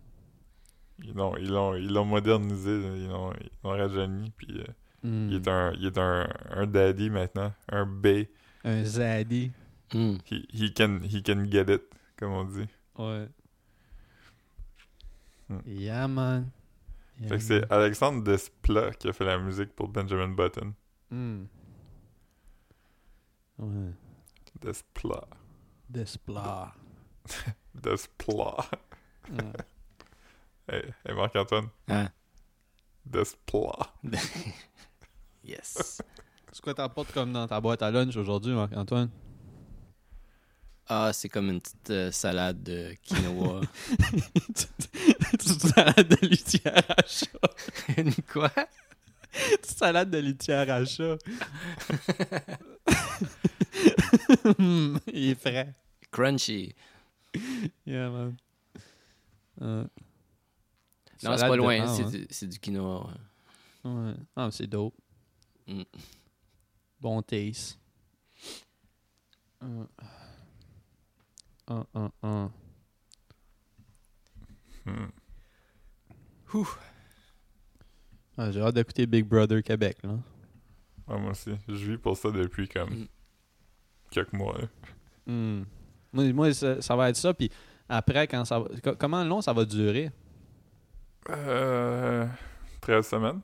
Speaker 3: Ils l'ont, ils l'ont, ils l'ont modernisé, là. ils l'ont, ils l'ont rajeuni. Puis euh,
Speaker 1: Hmm.
Speaker 3: il est, un, il est un, un daddy maintenant, un B.
Speaker 1: Un zaddy.
Speaker 2: Hmm.
Speaker 3: He, he can, he can get it, comme on dit.
Speaker 1: Ouais.
Speaker 3: Hmm.
Speaker 1: Yeah man. Yeah,
Speaker 3: Fait que
Speaker 1: man.
Speaker 3: c'est Alexandre Desplat qui a fait la musique pour Benjamin Button.
Speaker 1: Hmm. Ouais.
Speaker 3: Desplat.
Speaker 1: Desplat.
Speaker 3: Desplat. [LAUGHS] Hey, hey, Marc-Antoine.
Speaker 2: Hein?
Speaker 3: Desplat.
Speaker 2: [LAUGHS] yes.
Speaker 1: C'est quoi t'apportes comme dans ta boîte à lunch aujourd'hui, Marc-Antoine?
Speaker 2: Ah, c'est comme une petite euh, salade de
Speaker 1: [LAUGHS]
Speaker 2: quinoa.
Speaker 1: Petite salade de litière à chat.
Speaker 2: Une quoi?
Speaker 1: Petite salade de litière à chat. Hmm, [LAUGHS] il est frais.
Speaker 2: Crunchy.
Speaker 1: Yeah, man. Euh,
Speaker 2: Non,
Speaker 1: salade
Speaker 2: c'est pas
Speaker 1: de
Speaker 2: loin.
Speaker 1: pain,
Speaker 2: c'est
Speaker 1: hein.
Speaker 2: du- c'est du, quinoa. ouais.
Speaker 1: Ouais. Ah, mais c'est dope.
Speaker 2: Mm.
Speaker 1: Bon taste. Euh. Un, un, un, un.
Speaker 3: Hmm.
Speaker 1: Ah, J'ai hâte d'écouter Big Brother Québec, là.
Speaker 3: Ouais, moi aussi. Je vis pour ça depuis comme
Speaker 2: Mm.
Speaker 3: quelques mois. hein.
Speaker 1: Hmm. Moi, moi, ça, ça va être ça. Puis après, quand ça va- co- comment long ça va durer?
Speaker 3: Euh, 13 semaines.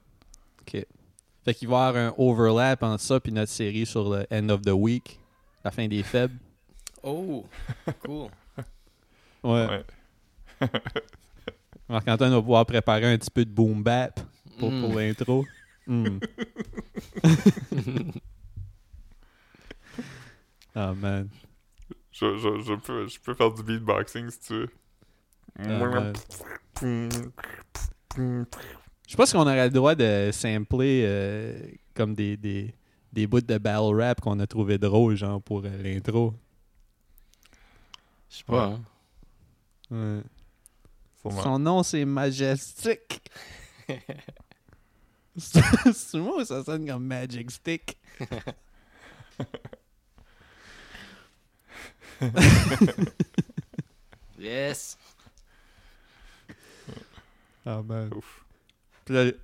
Speaker 1: Fait qu'il va y avoir un overlap entre ça puis notre série sur le End of the Week, la fin des faibles.
Speaker 2: Oh, cool.
Speaker 1: Ouais.
Speaker 3: Ouais.
Speaker 1: Marc-Antoine va pouvoir préparer un petit peu de boom bap pour,
Speaker 2: Mm.
Speaker 1: pour l'intro. Hmm. [LAUGHS] Ah, man.
Speaker 3: Je, je, je, peux, je peux faire du beatboxing si tu veux.
Speaker 1: Ah, man. Je sais pas si on aurait le droit de sampler euh, comme des, des, des bouts de battle rap qu'on a trouvé drôles, genre pour euh, l'intro.
Speaker 2: Je sais pas. hein.
Speaker 1: Ouais.
Speaker 3: Sûrement.
Speaker 1: Son nom, c'est [LAUGHS] Majestic. c'est moi ou ça sonne comme Magic Stick?
Speaker 2: Yes.
Speaker 1: Ah ben.
Speaker 3: Ouf.
Speaker 1: Puis là, le,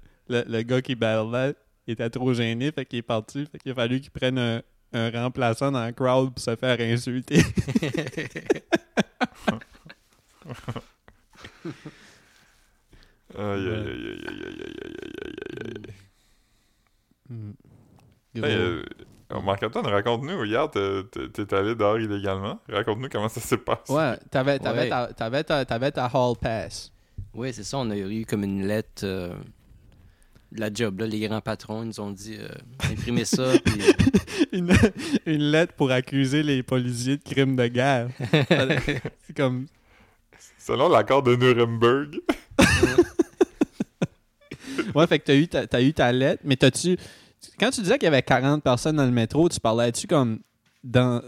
Speaker 1: le gars qui battle là, il était trop gêné, fait qu'il est parti. Fait qu'il a fallu qu'il prenne un, un remplaçant dans le crowd pour se faire insulter.
Speaker 3: Aïe, aïe,
Speaker 1: Ouais.
Speaker 3: aïe, aïe, aïe, aïe, aïe, aïe, aïe, aïe, aïe.
Speaker 2: Mm.
Speaker 3: Hey,
Speaker 1: Gros.
Speaker 3: euh, Marc-Antoine, raconte-nous. Hier, t'es- t'es t'es allé dehors illégalement. Raconte-nous comment ça s'est passé.
Speaker 1: Ouais, t'avais t'avais
Speaker 2: Ouais.
Speaker 1: ta, t'avais ta, t'avais ta hall pass.
Speaker 2: Oui, c'est ça. On a eu comme une lettre euh, de la job. Là. Les grands patrons ils nous ont dit euh,
Speaker 1: [LAUGHS]
Speaker 2: imprimez ça. puis-
Speaker 1: [LAUGHS]
Speaker 2: euh,
Speaker 1: Une, une lettre pour accuser les policiers de crimes de [LAUGHS] guerre. c'est comme
Speaker 3: Selon l'accord de Nuremberg.
Speaker 1: Ouais, fait que t'as eu ta, t'as eu ta lettre, mais t'as-tu. Quand tu disais qu'il y avait 40 personnes dans le métro, tu parlais-tu comme dans,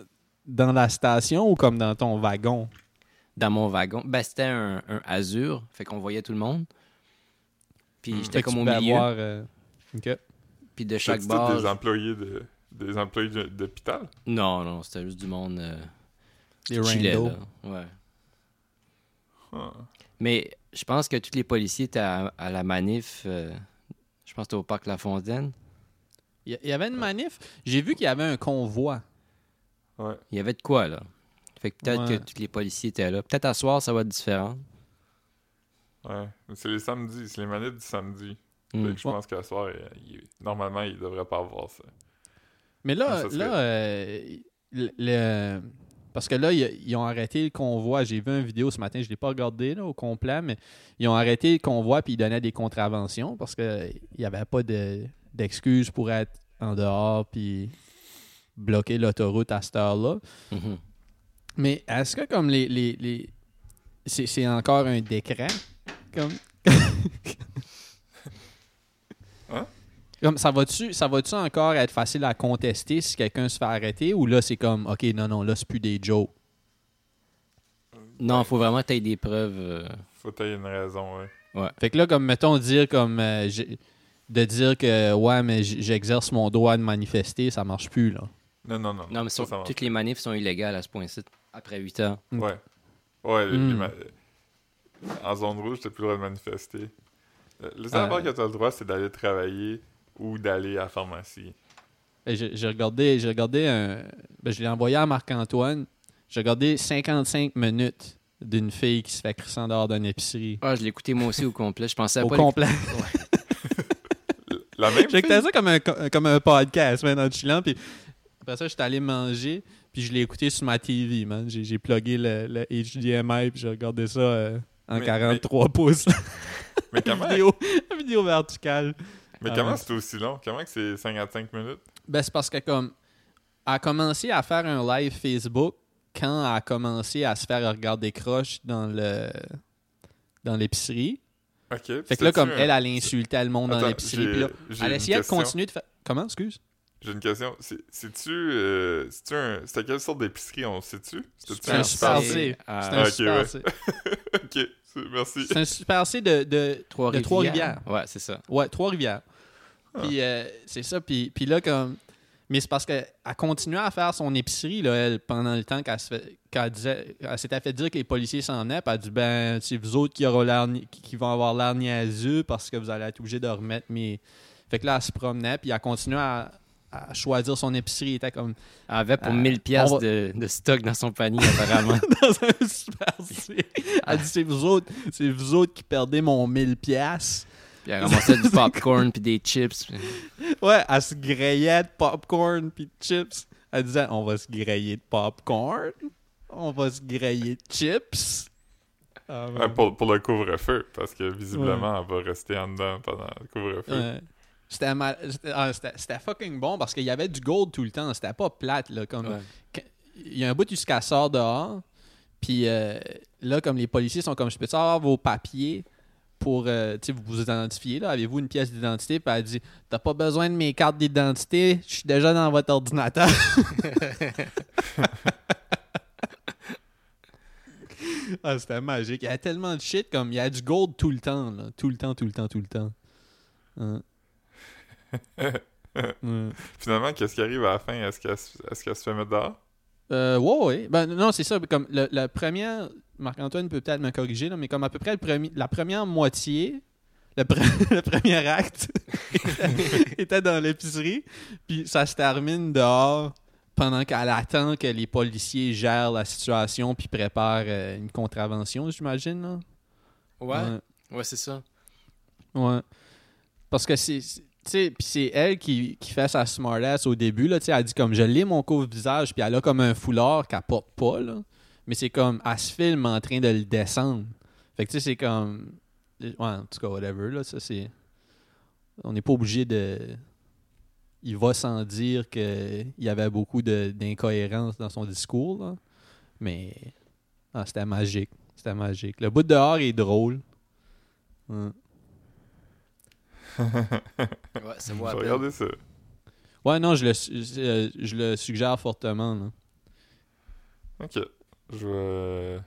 Speaker 1: dans la station ou comme dans ton wagon?
Speaker 2: dans mon wagon. Ben, c'était un, un azur, fait qu'on voyait tout le monde. Puis
Speaker 3: Hmm.
Speaker 2: j'étais
Speaker 1: Fait que
Speaker 2: comme
Speaker 1: tu
Speaker 2: au
Speaker 1: pouvais
Speaker 2: milieu.
Speaker 1: avoir, euh, ok.
Speaker 2: Puis de
Speaker 3: [LAUGHS] C'est
Speaker 2: chaque
Speaker 3: tous des
Speaker 2: bord.
Speaker 3: employés de des employés de- d'hôpital.
Speaker 2: Non, non, c'était juste du monde euh,
Speaker 1: Des
Speaker 2: qui chillait,
Speaker 1: randos.
Speaker 2: là. Ouais.
Speaker 3: Ah.
Speaker 2: Mais je pense que tous les policiers étaient à, à la manif. euh, je pense que c'était au parc La Fontaine.
Speaker 1: Il y- il y avait une manif. J'ai vu qu'il y avait un convoi.
Speaker 3: Ouais.
Speaker 2: Il y avait de quoi, là. Fait que peut-être
Speaker 1: Ouais.
Speaker 2: que tous les policiers étaient là. Peut-être à soir, ça va être différent.
Speaker 3: Ouais. C'est les samedis, c'est les manettes du samedi.
Speaker 2: Hmm.
Speaker 3: Fait que je
Speaker 1: Ouais.
Speaker 3: pense qu'à soir, euh, il- normalement, il devrait pas avoir ça.
Speaker 1: Mais là,
Speaker 3: Ah, ça serait-
Speaker 1: là euh, le- le- parce que là, ils ils ont arrêté le convoi. J'ai vu une vidéo ce matin, je ne l'ai pas regardé là, au complet, mais ils ont arrêté le convoi puis ils donnaient des contraventions parce qu'il n'y avait pas de- d'excuses pour être en dehors puis bloquer l'autoroute à cette heure-là.
Speaker 2: Mhm.
Speaker 1: Mais est-ce que comme les... les, les- C'est c'est encore un décret? Comme...
Speaker 3: Hein?
Speaker 1: Comme, ça va-tu ça va-tu encore être facile à contester si quelqu'un se fait arrêter ou là c'est comme OK non non là c'est plus des jokes.
Speaker 2: Non, faut vraiment que t'aies des preuves. euh,
Speaker 3: Faut qu'il y ait une raison, ouais.
Speaker 1: Fait que là comme mettons dire comme euh, j'ai- de dire que ouais mais j- j'exerce mon droit de manifester, ça marche plus là.
Speaker 3: Non, non, non.
Speaker 2: Non, mais
Speaker 3: ça,
Speaker 2: sont-
Speaker 3: ça marche.
Speaker 2: toutes les manifs sont illégales à ce point-ci, après 8 heures.
Speaker 3: Ouais. Ouais, les-
Speaker 1: Hmm.
Speaker 3: les ma- en zone rouge, t'as plus le droit de manifester. Euh, Le seul
Speaker 1: Euh.
Speaker 3: rapport que t'as le droit, c'est d'aller travailler ou d'aller à la pharmacie.
Speaker 1: Et Ben, J'ai j'ai regardé, j'ai regardé un. ben, je l'ai envoyé à Marc-Antoine. J'ai regardé 55 minutes d'une fille qui se fait crisser en dehors d'une épicerie.
Speaker 2: Ah, je l'écoutais moi aussi au complet. Je pensais
Speaker 1: Au
Speaker 2: pas.
Speaker 3: [LAUGHS]
Speaker 1: complet.
Speaker 3: La même
Speaker 1: J'écoutais
Speaker 3: fille,
Speaker 1: ça comme un, co- comme un podcast, mais en chillant. Puis après ça, j'étais allé manger. Puis je l'ai écouté sur ma TV, man. J'ai, j'ai plugué le, le HDMI, puis j'ai regardé ça euh, en
Speaker 3: Mais-
Speaker 1: 43 pouces.
Speaker 3: Mais comment,
Speaker 1: vidéo, [LAUGHS] vidéo verticale.
Speaker 3: mais
Speaker 1: Ah,
Speaker 3: comment
Speaker 1: ouais.
Speaker 3: c'est aussi long? Comment que c'est 55 minutes?
Speaker 1: Ben, c'est parce que, comme, elle a commencé à faire un live Facebook quand elle a commencé à se faire regarder croche dans le dans l'épicerie.
Speaker 3: OK.
Speaker 1: Fait
Speaker 3: puis
Speaker 1: que là,
Speaker 3: c'est-tu
Speaker 1: comme
Speaker 3: un-
Speaker 1: elle, elle insultait le monde dans
Speaker 3: Attends,
Speaker 1: l'épicerie.
Speaker 3: j'ai-
Speaker 1: Puis là,
Speaker 3: j'ai
Speaker 1: elle
Speaker 3: une
Speaker 1: essayait de
Speaker 3: question.
Speaker 1: continuer de faire. Comment, excuse
Speaker 3: J'ai une question. C'est- C'est-tu... euh, C'est-tu un... C'était quelle sorte d'épicerie? On sait-tu? C'était-tu
Speaker 1: un
Speaker 3: un
Speaker 1: super
Speaker 3: super...
Speaker 1: C.
Speaker 2: C.
Speaker 1: C'est
Speaker 2: Ah,
Speaker 1: un
Speaker 3: ok,
Speaker 1: super
Speaker 3: ouais.
Speaker 1: C.
Speaker 3: OK. c'est- Merci.
Speaker 1: C'est un super C de, de
Speaker 2: Trois-Rivières.
Speaker 1: de Trois-Rivières.
Speaker 2: Ouais, c'est ça.
Speaker 1: Ouais, Trois-Rivières. Puis euh, c'est ça. Puis, puis là, comme. Mais c'est parce qu'elle continuait à faire son épicerie, là, elle, pendant le temps qu'elle se fait- qu'elle disait- elle s'était fait dire que les policiers s'en venaient. Puis elle dit Ben, c'est vous autres qui, auront l'air ni- qui, qui vont avoir l'air niaiseux parce que vous allez être obligés de remettre mes. Fait que là, elle se promenait, puis elle continuait à, à choisir son épicerie. Elle était comme [LAUGHS]
Speaker 2: Elle avait pour
Speaker 1: Ah,
Speaker 2: 1000 piastres
Speaker 1: on va-
Speaker 2: de, de stock dans son panier,
Speaker 1: [LAUGHS]
Speaker 2: apparemment.
Speaker 1: dans un super C. Elle dit C'est vous autres, c'est vous autres qui perdez mon 1000$. piastres.
Speaker 2: Puis elle ramassait du popcorn puis des chips.
Speaker 1: Ouais, elle se grayait de popcorn puis de chips. Elle disait on va se grailler de popcorn, on va se grailler de chips. Ah,
Speaker 3: Ouais,
Speaker 1: ouais.
Speaker 3: Euh, pour, pour le couvre-feu, parce que visiblement, elle va rester en dedans pendant le couvre-feu.
Speaker 1: Ouais. C'était mal- c'était- ah, c'était- c'était fucking bon parce qu'il y avait du gold tout le temps. C'était pas plate là comme
Speaker 2: Ouais.
Speaker 1: il y a un bout jusqu'à sort dehors. Puis euh, là, comme les policiers sont comme, je peux avoir vos papiers pour euh, tu sais, vous vous identifier, là, avez-vous une pièce d'identité? Puis elle dit, t'as pas besoin de mes cartes d'identité, je suis déjà dans votre ordinateur. [LAUGHS] ah, c'était magique. Il y a tellement de shit, comme il y a du gold tout le temps, là. tout le temps, tout le temps, tout le temps. Hein. Ouais.
Speaker 3: Finalement, qu'est-ce qui arrive à la fin? Est-ce qu'elle se- est-ce qu'elle se fait mettre dehors?
Speaker 1: Euh, ouais, ouais. Ben, non, c'est ça. Comme le, la première, Marc-Antoine peut peut-être me corriger, là, mais comme à peu près le premi- la première moitié, le, pre- [LAUGHS] le premier acte était- était dans l'épicerie, puis ça se termine dehors pendant qu'elle attend que les policiers gèrent la situation puis préparent euh, une contravention, j'imagine. là.
Speaker 2: Ouais, ouais, c'est ça.
Speaker 1: Ouais. Parce que c'est. c'est- Tu sais, puis c'est elle qui, qui fait sa smartass au début. Là, tu sais, elle dit comme je l'ai mon couvre-visage, puis elle a comme un foulard qu'elle porte pas. Là. Mais c'est comme elle se filme en train de le descendre. Fait que tu sais, c'est comme. Ouais, en tout cas, whatever. Là, ça, c'est. On n'est pas obligé de. Il va sans dire qu'il y avait beaucoup de- d'incohérences dans son discours. là. Mais. Ah, c'était magique. C'était magique. Le bout de dehors est drôle. Ouais.
Speaker 2: Ouais, ça
Speaker 1: ben,
Speaker 2: vaut à peine.
Speaker 3: Regardez ça.
Speaker 1: Ouais, non, je le, su- je, euh, je le suggère fortement. là.
Speaker 3: Ok. Je vais. euh,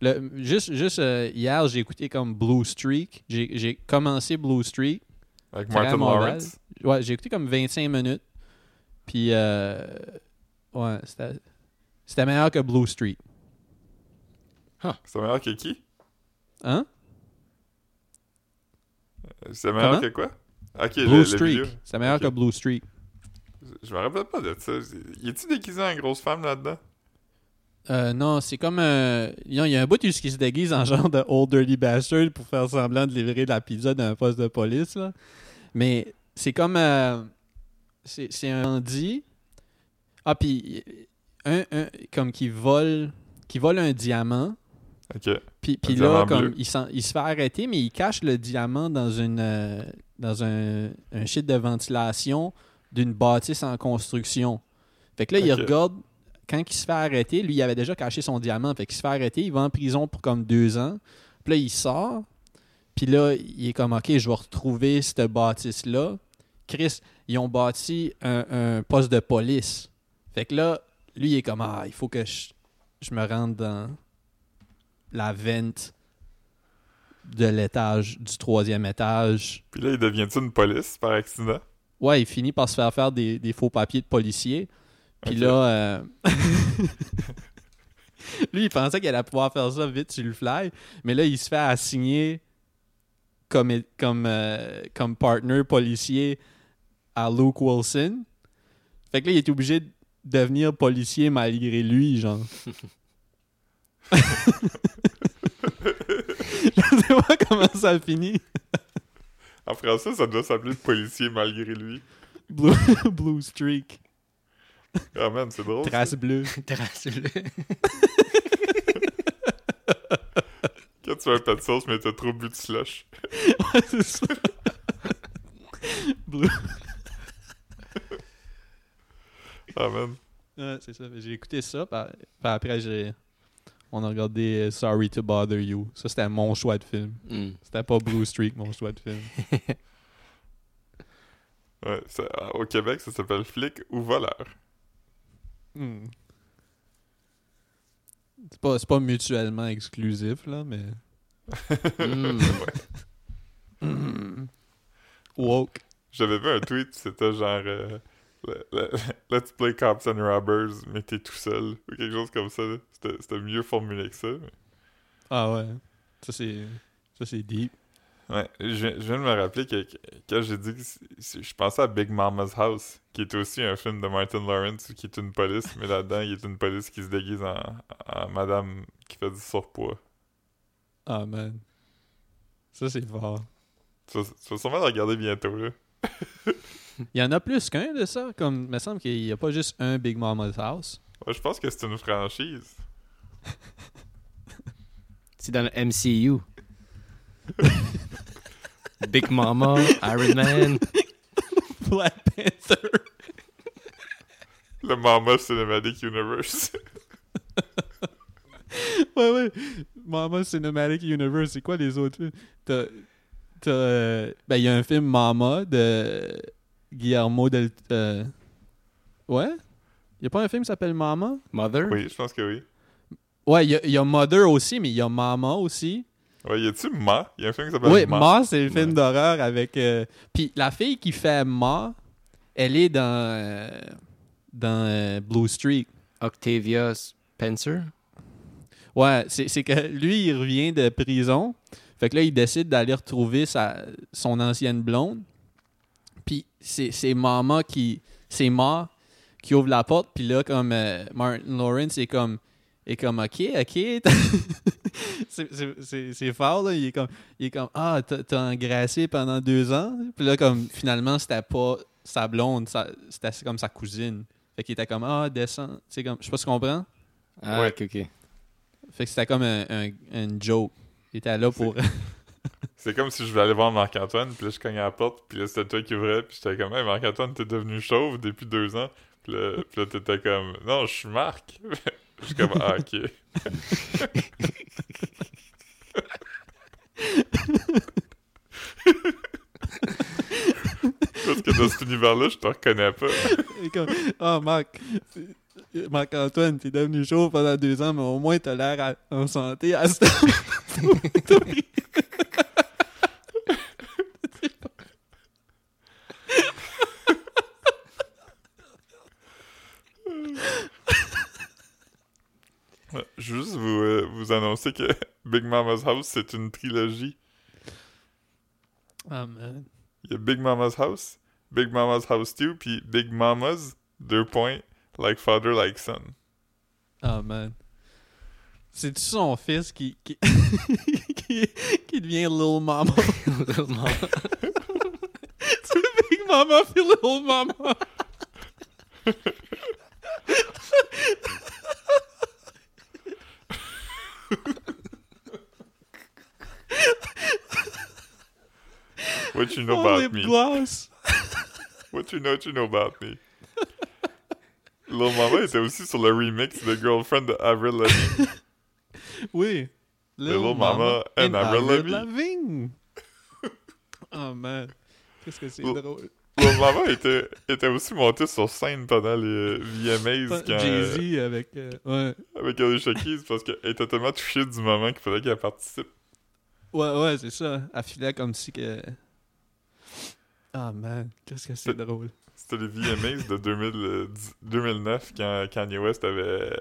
Speaker 1: Le- juste juste euh, hier, j'ai écouté comme Blue Streak. J'ai j'ai commencé Blue Streak.
Speaker 3: Avec
Speaker 1: Très
Speaker 3: Martin
Speaker 1: mauvais.
Speaker 3: Lawrence.
Speaker 1: Ouais, j'ai écouté comme 25 minutes. Puis, euh, ouais, c'était c'était meilleur que Blue Streak.
Speaker 3: C'est meilleur que qui?
Speaker 1: Hein?
Speaker 3: C'est meilleur
Speaker 1: Comment?
Speaker 3: que quoi? Ok, le-
Speaker 1: Blue
Speaker 3: le
Speaker 1: Streak.
Speaker 3: vidéo.
Speaker 1: C'était meilleur
Speaker 3: Ok.
Speaker 1: que Blue Streak.
Speaker 3: Je me rappelle pas de ça. Y est-tu déguisé en grosse femme là-dedans?
Speaker 1: Euh, non, c'est comme. euh, non, Il y a un bout qui se déguise en genre de Old Dirty Bastard pour faire semblant de livrer de la pizza d'un poste de police. Là. Mais c'est comme. euh, c'est c'est un bandit. Ah, puis. Un, un- comme qui vole. Qui vole un diamant.
Speaker 3: Ok.
Speaker 1: Puis, puis
Speaker 3: diamant
Speaker 1: là, comme
Speaker 3: bleu.
Speaker 1: il, s'en- il se fait arrêter, mais il cache le diamant dans une euh, dans un, un shit de ventilation d'une bâtisse en construction. Fait que là, il
Speaker 3: Ok.
Speaker 1: regarde, quand il se fait arrêter, lui, il avait déjà caché son diamant. Fait qu'il se fait arrêter, il va en prison pour comme deux ans. Puis là, il sort. Puis là, il est comme, OK, je vais retrouver cette bâtisse-là. Chris, ils ont bâti un, un poste de police. Fait que là, lui, il est comme, ah, il faut que je, je me rende dans la vente de l'étage, du troisième étage.
Speaker 3: Puis là, il devient-tu une police par accident?
Speaker 1: Ouais, il finit par se faire faire des, des faux papiers de policier. Puis
Speaker 3: Ok.
Speaker 1: là, euh, [LAUGHS] lui, il pensait qu'il allait pouvoir faire ça vite sur le fly, mais là, il se fait assigner comme, é- comme, euh, comme partner policier à Luke Wilson. Fait que là, il est obligé de devenir policier malgré lui,
Speaker 3: [LAUGHS]
Speaker 1: genre. [LAUGHS] Je sais pas comment ça finit. [LAUGHS]
Speaker 3: En français, ça doit s'appeler policier malgré lui.
Speaker 1: Blue, Blue Streak.
Speaker 3: Ah, man, c'est drôle.
Speaker 1: Trace bleue.
Speaker 2: Trace-le.
Speaker 3: Quand tu veux un plat de sauce, mais t'as trop bu de slush.
Speaker 1: [LAUGHS] Ouais, c'est ça. [LAUGHS] Bleu.
Speaker 3: Ah, man.
Speaker 1: Ouais, c'est ça. J'ai écouté ça. par- par après, j'ai... on a regardé euh, Sorry to Bother You. Ça, c'était mon choix de film.
Speaker 2: [LAUGHS] Hmm.
Speaker 1: C'était pas Blue Streak, mon choix de film.
Speaker 3: Ouais, ça- ah, au Québec, ça s'appelle flic ou voleur.
Speaker 1: Hmm. C'est pas, c'est pas mutuellement exclusif, là, mais.
Speaker 2: Hmm.
Speaker 1: [CLEARS THROAT] Woke.
Speaker 3: J'avais vu un tweet, c'était genre euh, le- le- [LAUGHS] Let's play cops and robbers, mais t'es tout seul ou quelque chose comme ça. là. C'était c'était mieux formulé que ça. mais-
Speaker 1: Ah ouais. Ça, c'est. Ça, c'est deep.
Speaker 3: Ouais, je, viens- je viens de me rappeler que que- quand j'ai dit que c- c- je pensais à Big Mama's House, qui est aussi un film de Martin Lawrence qui est une police, mais là-dedans, il est une police qui se déguise en, en madame qui fait du surpoids.
Speaker 1: Ah man. Ça, c'est fort.
Speaker 3: Tu vas, tu vas sûrement le regarder bientôt, là.
Speaker 1: Il y en a plus qu'un de ça. Comme, il me semble qu'il n'y a pas juste un Big Mama's [LAUGHS] House.
Speaker 3: Ouais, je pense que c'est une franchise.
Speaker 2: C'est dans le MCU. Big Mama, Iron Man.
Speaker 1: Black Panther.
Speaker 3: Le Mama Cinematic Universe. [LAUGHS]
Speaker 1: ouais, ouais. Mama Cinematic Universe, c'est quoi les autres films? T'as. t'as, euh, ben, il y a un film Mama de Guillermo del. euh, Ouais? Il n'y a pas un film qui s'appelle Mama?
Speaker 2: Mother.
Speaker 3: oui, je pense que oui.
Speaker 1: Ouais, il y a- il y, a Mother aussi, mais il y a Mama aussi.
Speaker 3: Ouais, y a-tu Ma? Y a un film qui s'appelle
Speaker 1: Oui,
Speaker 3: Ma?
Speaker 1: Ma, c'est le film
Speaker 3: Ouais.
Speaker 1: d'horreur avec. euh, Puis la fille qui fait Ma, elle est dans. euh, dans euh, Blue Streak.
Speaker 2: Octavia Spencer.
Speaker 1: Ouais, c'est c'est que [LAUGHS] lui, il revient de prison. Fait que là, il décide d'aller retrouver sa, son ancienne blonde. Puis c'est c'est Mama qui. C'est Ma qui ouvre la porte. Puis là, comme euh, Martin Lawrence est comme. est comme OK, [LAUGHS] OK. C'est- c'est- c'est c'est fort, là. Il est comme. Il est comme Ah, t'as t'as engraissé pendant deux ans. Puis là, comme finalement, c'était pas sa blonde, sa- c'était comme sa cousine. Fait qu'il était comme Ah, descends. Tu sais, comme. Je sais pas si tu comprends.
Speaker 2: Ah,
Speaker 3: Ouais.
Speaker 2: ok, ok.
Speaker 1: Fait que c'était comme un, un- une joke. Il était là pour. [LAUGHS]
Speaker 3: C'est comme si je voulais aller voir Marc-Antoine, puis là, je cognais à la porte, puis là, c'était toi qui ouvrais, puis j'étais comme, hey, Marc-Antoine, t'es devenu chauve depuis deux ans. Puis là, puis là, t'étais comme, non, je suis Marc. [LAUGHS] je suis comme, ah,
Speaker 1: [LAUGHS]
Speaker 3: ok. Parce que dans cet univers-là, je te reconnais pas.
Speaker 1: Il est comme, oh, Marc. Marc-Antoine, t'es devenu chaud pendant deux ans, mais au moins t'as l'air à- en santé à ce temps.
Speaker 3: Ouais, Je veux juste vous, euh, vous annoncer que Big Mama's House, c'est une trilogie.
Speaker 1: [LAUGHS] Ah, man.
Speaker 3: Il y a Big Mama's House, Big Mama's House 2, puis Big Mama's, deux points, like father, like son.
Speaker 1: Ah, man. C'est-tu son fils qui. qui, [LAUGHS] qui, qui devient Lil Mama?
Speaker 2: Little Mama.
Speaker 1: C'est [LAUGHS] Big Mama puis Lil Mama. [LAUGHS]
Speaker 3: What you know
Speaker 1: Oh,
Speaker 3: about
Speaker 1: lip
Speaker 3: me?
Speaker 1: gloss.
Speaker 3: What you know, what you know about me? Lil Mama était aussi sur le remix de Girlfriend de Avril Lavigne.
Speaker 1: Oui.
Speaker 3: Little Mama and Avril Lavigne. [LAUGHS]
Speaker 1: Lavigne. Oh, man. Qu'est-ce que c'est
Speaker 3: Oh.
Speaker 1: drôle.
Speaker 3: Lil Mama était, était aussi montée sur scène pendant les VMAs quand,
Speaker 1: Jay-Z avec. euh, ouais.
Speaker 3: avec Alicia Keys parce qu'elle était tellement touchée du moment qu'il fallait qu'elle participe.
Speaker 1: Ouais, ouais, c'est ça. Elle filait comme si que. Ah man, qu'est-ce que c'est
Speaker 3: Pe-
Speaker 1: drôle.
Speaker 3: C'était les VMAs de 2010 2009 quand Kanye West avait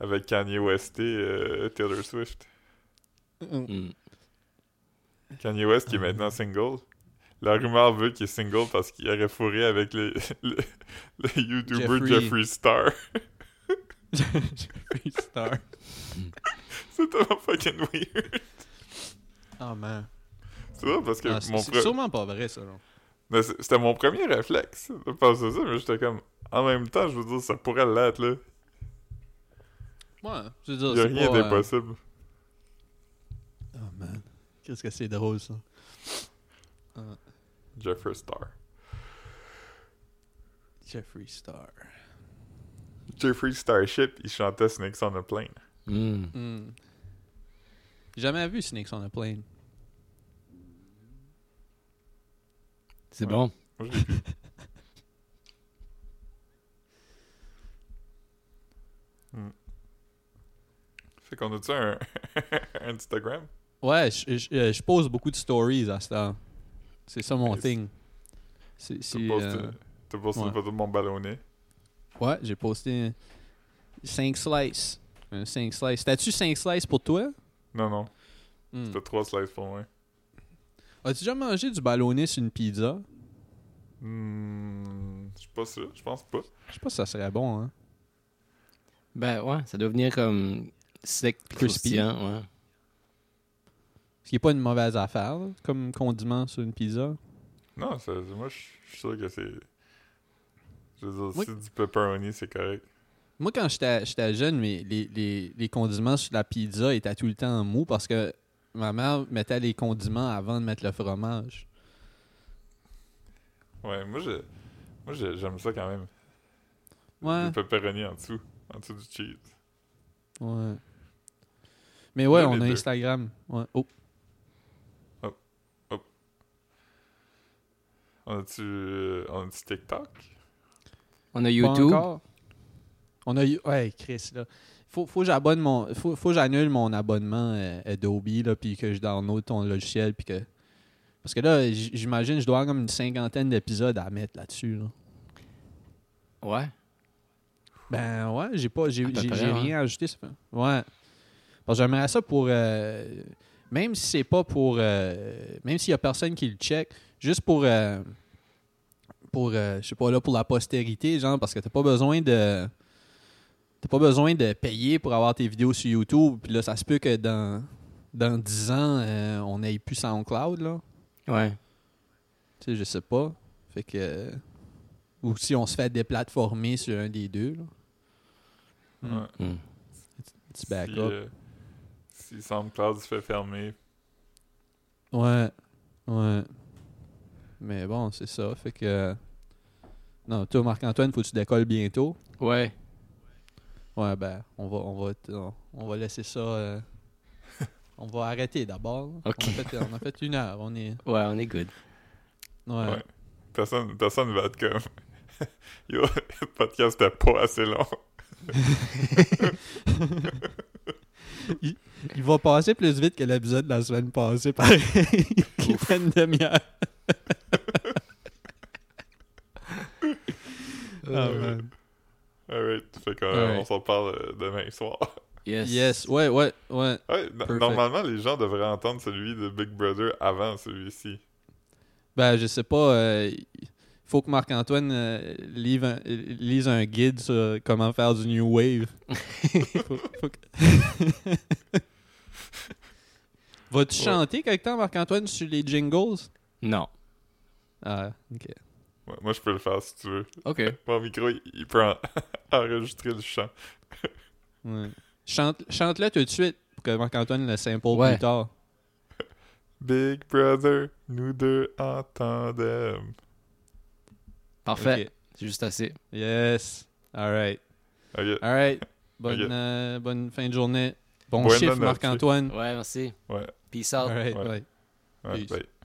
Speaker 3: avec Kanye West et euh, Taylor Swift.
Speaker 2: [LAUGHS]
Speaker 1: [LAUGHS]
Speaker 2: Hmm.
Speaker 3: Kanye West qui est
Speaker 1: Ah.
Speaker 3: maintenant single. La rumeur veut qu'il est single parce qu'il aurait fourré avec les, [LAUGHS] le, le YouTuber
Speaker 1: Jeffree.
Speaker 3: Jeffree Star. [LAUGHS]
Speaker 1: Jeffree Star.
Speaker 3: C'est tellement fucking weird.
Speaker 1: Oh man.
Speaker 3: C'est vrai parce que
Speaker 1: Ah, c'est
Speaker 3: mon,
Speaker 1: c'est
Speaker 3: pre-
Speaker 1: sûrement pas vrai ça. non.
Speaker 3: Mais c- c'était mon premier réflexe de penser à ça, mais j'étais comme. En même temps, je veux dire, ça pourrait l'être, là.
Speaker 1: Ouais, je veux dire,
Speaker 3: Y a
Speaker 1: c'est
Speaker 3: rien
Speaker 1: pas, euh,
Speaker 3: d'impossible.
Speaker 1: Oh man, qu'est-ce que c'est drôle ça.
Speaker 3: Jeffree Star.
Speaker 1: Jeffree Star.
Speaker 3: Jeffree Starship, il chantait Snakes on a Plane.
Speaker 2: Hmm.
Speaker 1: Hmm. J'ai Jamais vu Snakes on a Plane.
Speaker 2: C'est
Speaker 3: Ouais.
Speaker 2: bon.
Speaker 3: Moi,
Speaker 1: [LAUGHS]
Speaker 3: je l'ai vu. Hmm. Fait qu'on a-tu un [LAUGHS] un Instagram?
Speaker 1: Ouais, je- je euh, je pose beaucoup de stories à ce temps. C'est ça mon
Speaker 3: Nice.
Speaker 1: thing. C'est, c'est,
Speaker 3: T'as posté,
Speaker 1: euh,
Speaker 3: t'as posté une
Speaker 1: ouais.
Speaker 3: photo de mon ballonnet.
Speaker 1: ouais, j'ai posté 5 slices. 5 slices. T'as-tu 5 slices pour toi?
Speaker 3: Non, non.
Speaker 1: Hmm.
Speaker 3: T'as trois slices pour moi.
Speaker 1: As-tu déjà mangé du ballonné sur une pizza?
Speaker 3: Hmm, je suis pas sûr. Je pense pas.
Speaker 1: Je sais pas si ça serait bon, hein.
Speaker 2: Ben ouais, ça doit venir comme sec, puis
Speaker 1: Crispy.
Speaker 2: croustillant, ouais.
Speaker 1: Ce qui est pas une mauvaise affaire, là, comme condiment sur une pizza.
Speaker 3: Non, ça- moi, je je suis sûr que c'est... Je veux dire,
Speaker 1: Oui.
Speaker 3: si du pepperoni, c'est correct.
Speaker 1: Moi, quand j'étais j'étais jeune, mais les, les, les condiments sur la pizza étaient tout le temps mous parce que ma mère mettait les condiments avant de mettre le fromage.
Speaker 3: Ouais, moi, je... Moi, je- j'aime ça quand même.
Speaker 1: Ouais.
Speaker 3: Le pepperoni en dessous. En dessous du cheese.
Speaker 1: ouais. Mais ouais,
Speaker 3: J'aime
Speaker 1: on
Speaker 3: les
Speaker 1: a
Speaker 3: deux.
Speaker 1: Instagram. Ouais. Oh,
Speaker 3: On a-tu... euh, On a-tu TikTok?
Speaker 2: On a
Speaker 1: pas
Speaker 2: YouTube.
Speaker 1: encore. On a eu. Ouais, Chris, là. Faut, faut que j'abonne mon. Faut, faut que j'annule mon abonnement euh, Adobe, là, puis que je download ton logiciel, puis que. Parce que là, j- j'imagine, je dois avoir comme une cinquantaine d'épisodes à mettre là-dessus, là.
Speaker 2: Ouais.
Speaker 1: Ben ouais, j'ai pas j'ai
Speaker 2: À peu
Speaker 1: j'ai-
Speaker 2: près,
Speaker 1: j'ai
Speaker 2: hein.
Speaker 1: rien ajouté ça fait- Ouais. Parce que j'aimerais ça pour euh, même si c'est pas pour euh, même s'il y a personne qui le check, juste pour euh, pour euh, je sais pas là pour la postérité genre parce que t'as pas besoin de t'as pas besoin de payer pour avoir tes vidéos sur YouTube, puis là ça se peut que dans dans 10 ans euh, on n'ait plus SoundCloud là.
Speaker 2: Ouais.
Speaker 1: Tu sais, je sais pas. Fait que. Ou si on se fait déplatformer sur un des deux, là. Hmm.
Speaker 3: Ouais.
Speaker 2: Hmm.
Speaker 1: Petit backup.
Speaker 3: Si, euh, si SoundCloud se fait fermer...
Speaker 1: Ouais. Ouais. Mais bon, c'est ça. Fait que. Non, toi, Marc-Antoine, faut que tu décolles bientôt.
Speaker 2: Ouais.
Speaker 1: Ouais, ben, on va, on va, t- on, on va laisser ça. euh, on va arrêter d'abord.
Speaker 2: Ok.
Speaker 1: On, a fait, on a fait une heure. On est.
Speaker 2: Ouais, on est good.
Speaker 1: Ouais.
Speaker 3: Ouais. Personne, personne va être comme... [LAUGHS] Yo, le podcast était pas assez long.
Speaker 1: [LAUGHS] Il va passer plus vite que l'épisode de la semaine passée, pareil. [LAUGHS] Qui fait une demi-heure. Ah, man.
Speaker 3: Alright. Fait qu'on
Speaker 1: Alright.
Speaker 3: on s'en parle euh, demain soir. [LAUGHS]
Speaker 2: Yes. [LAUGHS]
Speaker 1: Yes, ouais, ouais, ouais.
Speaker 3: Ouais, no-
Speaker 1: Perfect.
Speaker 3: normalement, les gens devraient entendre celui de Big Brother avant celui-ci.
Speaker 1: Ben, je sais pas. euh, faut que Marc-Antoine euh, livre un- euh, lise, un, guide sur comment faire du New Wave. Faut- faut que- Vas-tu
Speaker 3: Ouais.
Speaker 1: chanter quelque temps, Marc-Antoine, sur les jingles?
Speaker 2: Non.
Speaker 1: Ah, ok.
Speaker 3: Ouais, moi, je peux le faire si tu veux.
Speaker 2: OK.
Speaker 3: Mon micro, il, il peut en- [LAUGHS] enregistrer le chant.
Speaker 1: Ouais. Chante- Chante-le tout de suite pour que Marc-Antoine le sample
Speaker 2: Ouais.
Speaker 1: plus tard.
Speaker 3: Big Brother, nous deux en tandem.
Speaker 2: Parfait.
Speaker 1: Ok.
Speaker 2: C'est juste assez.
Speaker 1: Yes. All right.
Speaker 3: Ok,
Speaker 1: All right. Bonne,
Speaker 3: Ok.
Speaker 1: euh, bonne fin de journée. Bon
Speaker 3: Buena
Speaker 1: chiffre,
Speaker 3: noche.
Speaker 1: Marc-Antoine.
Speaker 2: Ouais, merci.
Speaker 3: ouais,
Speaker 2: Peace out.
Speaker 1: All right.
Speaker 3: Ouais.
Speaker 1: ouais.
Speaker 3: ouais,
Speaker 1: Peace.
Speaker 3: bye.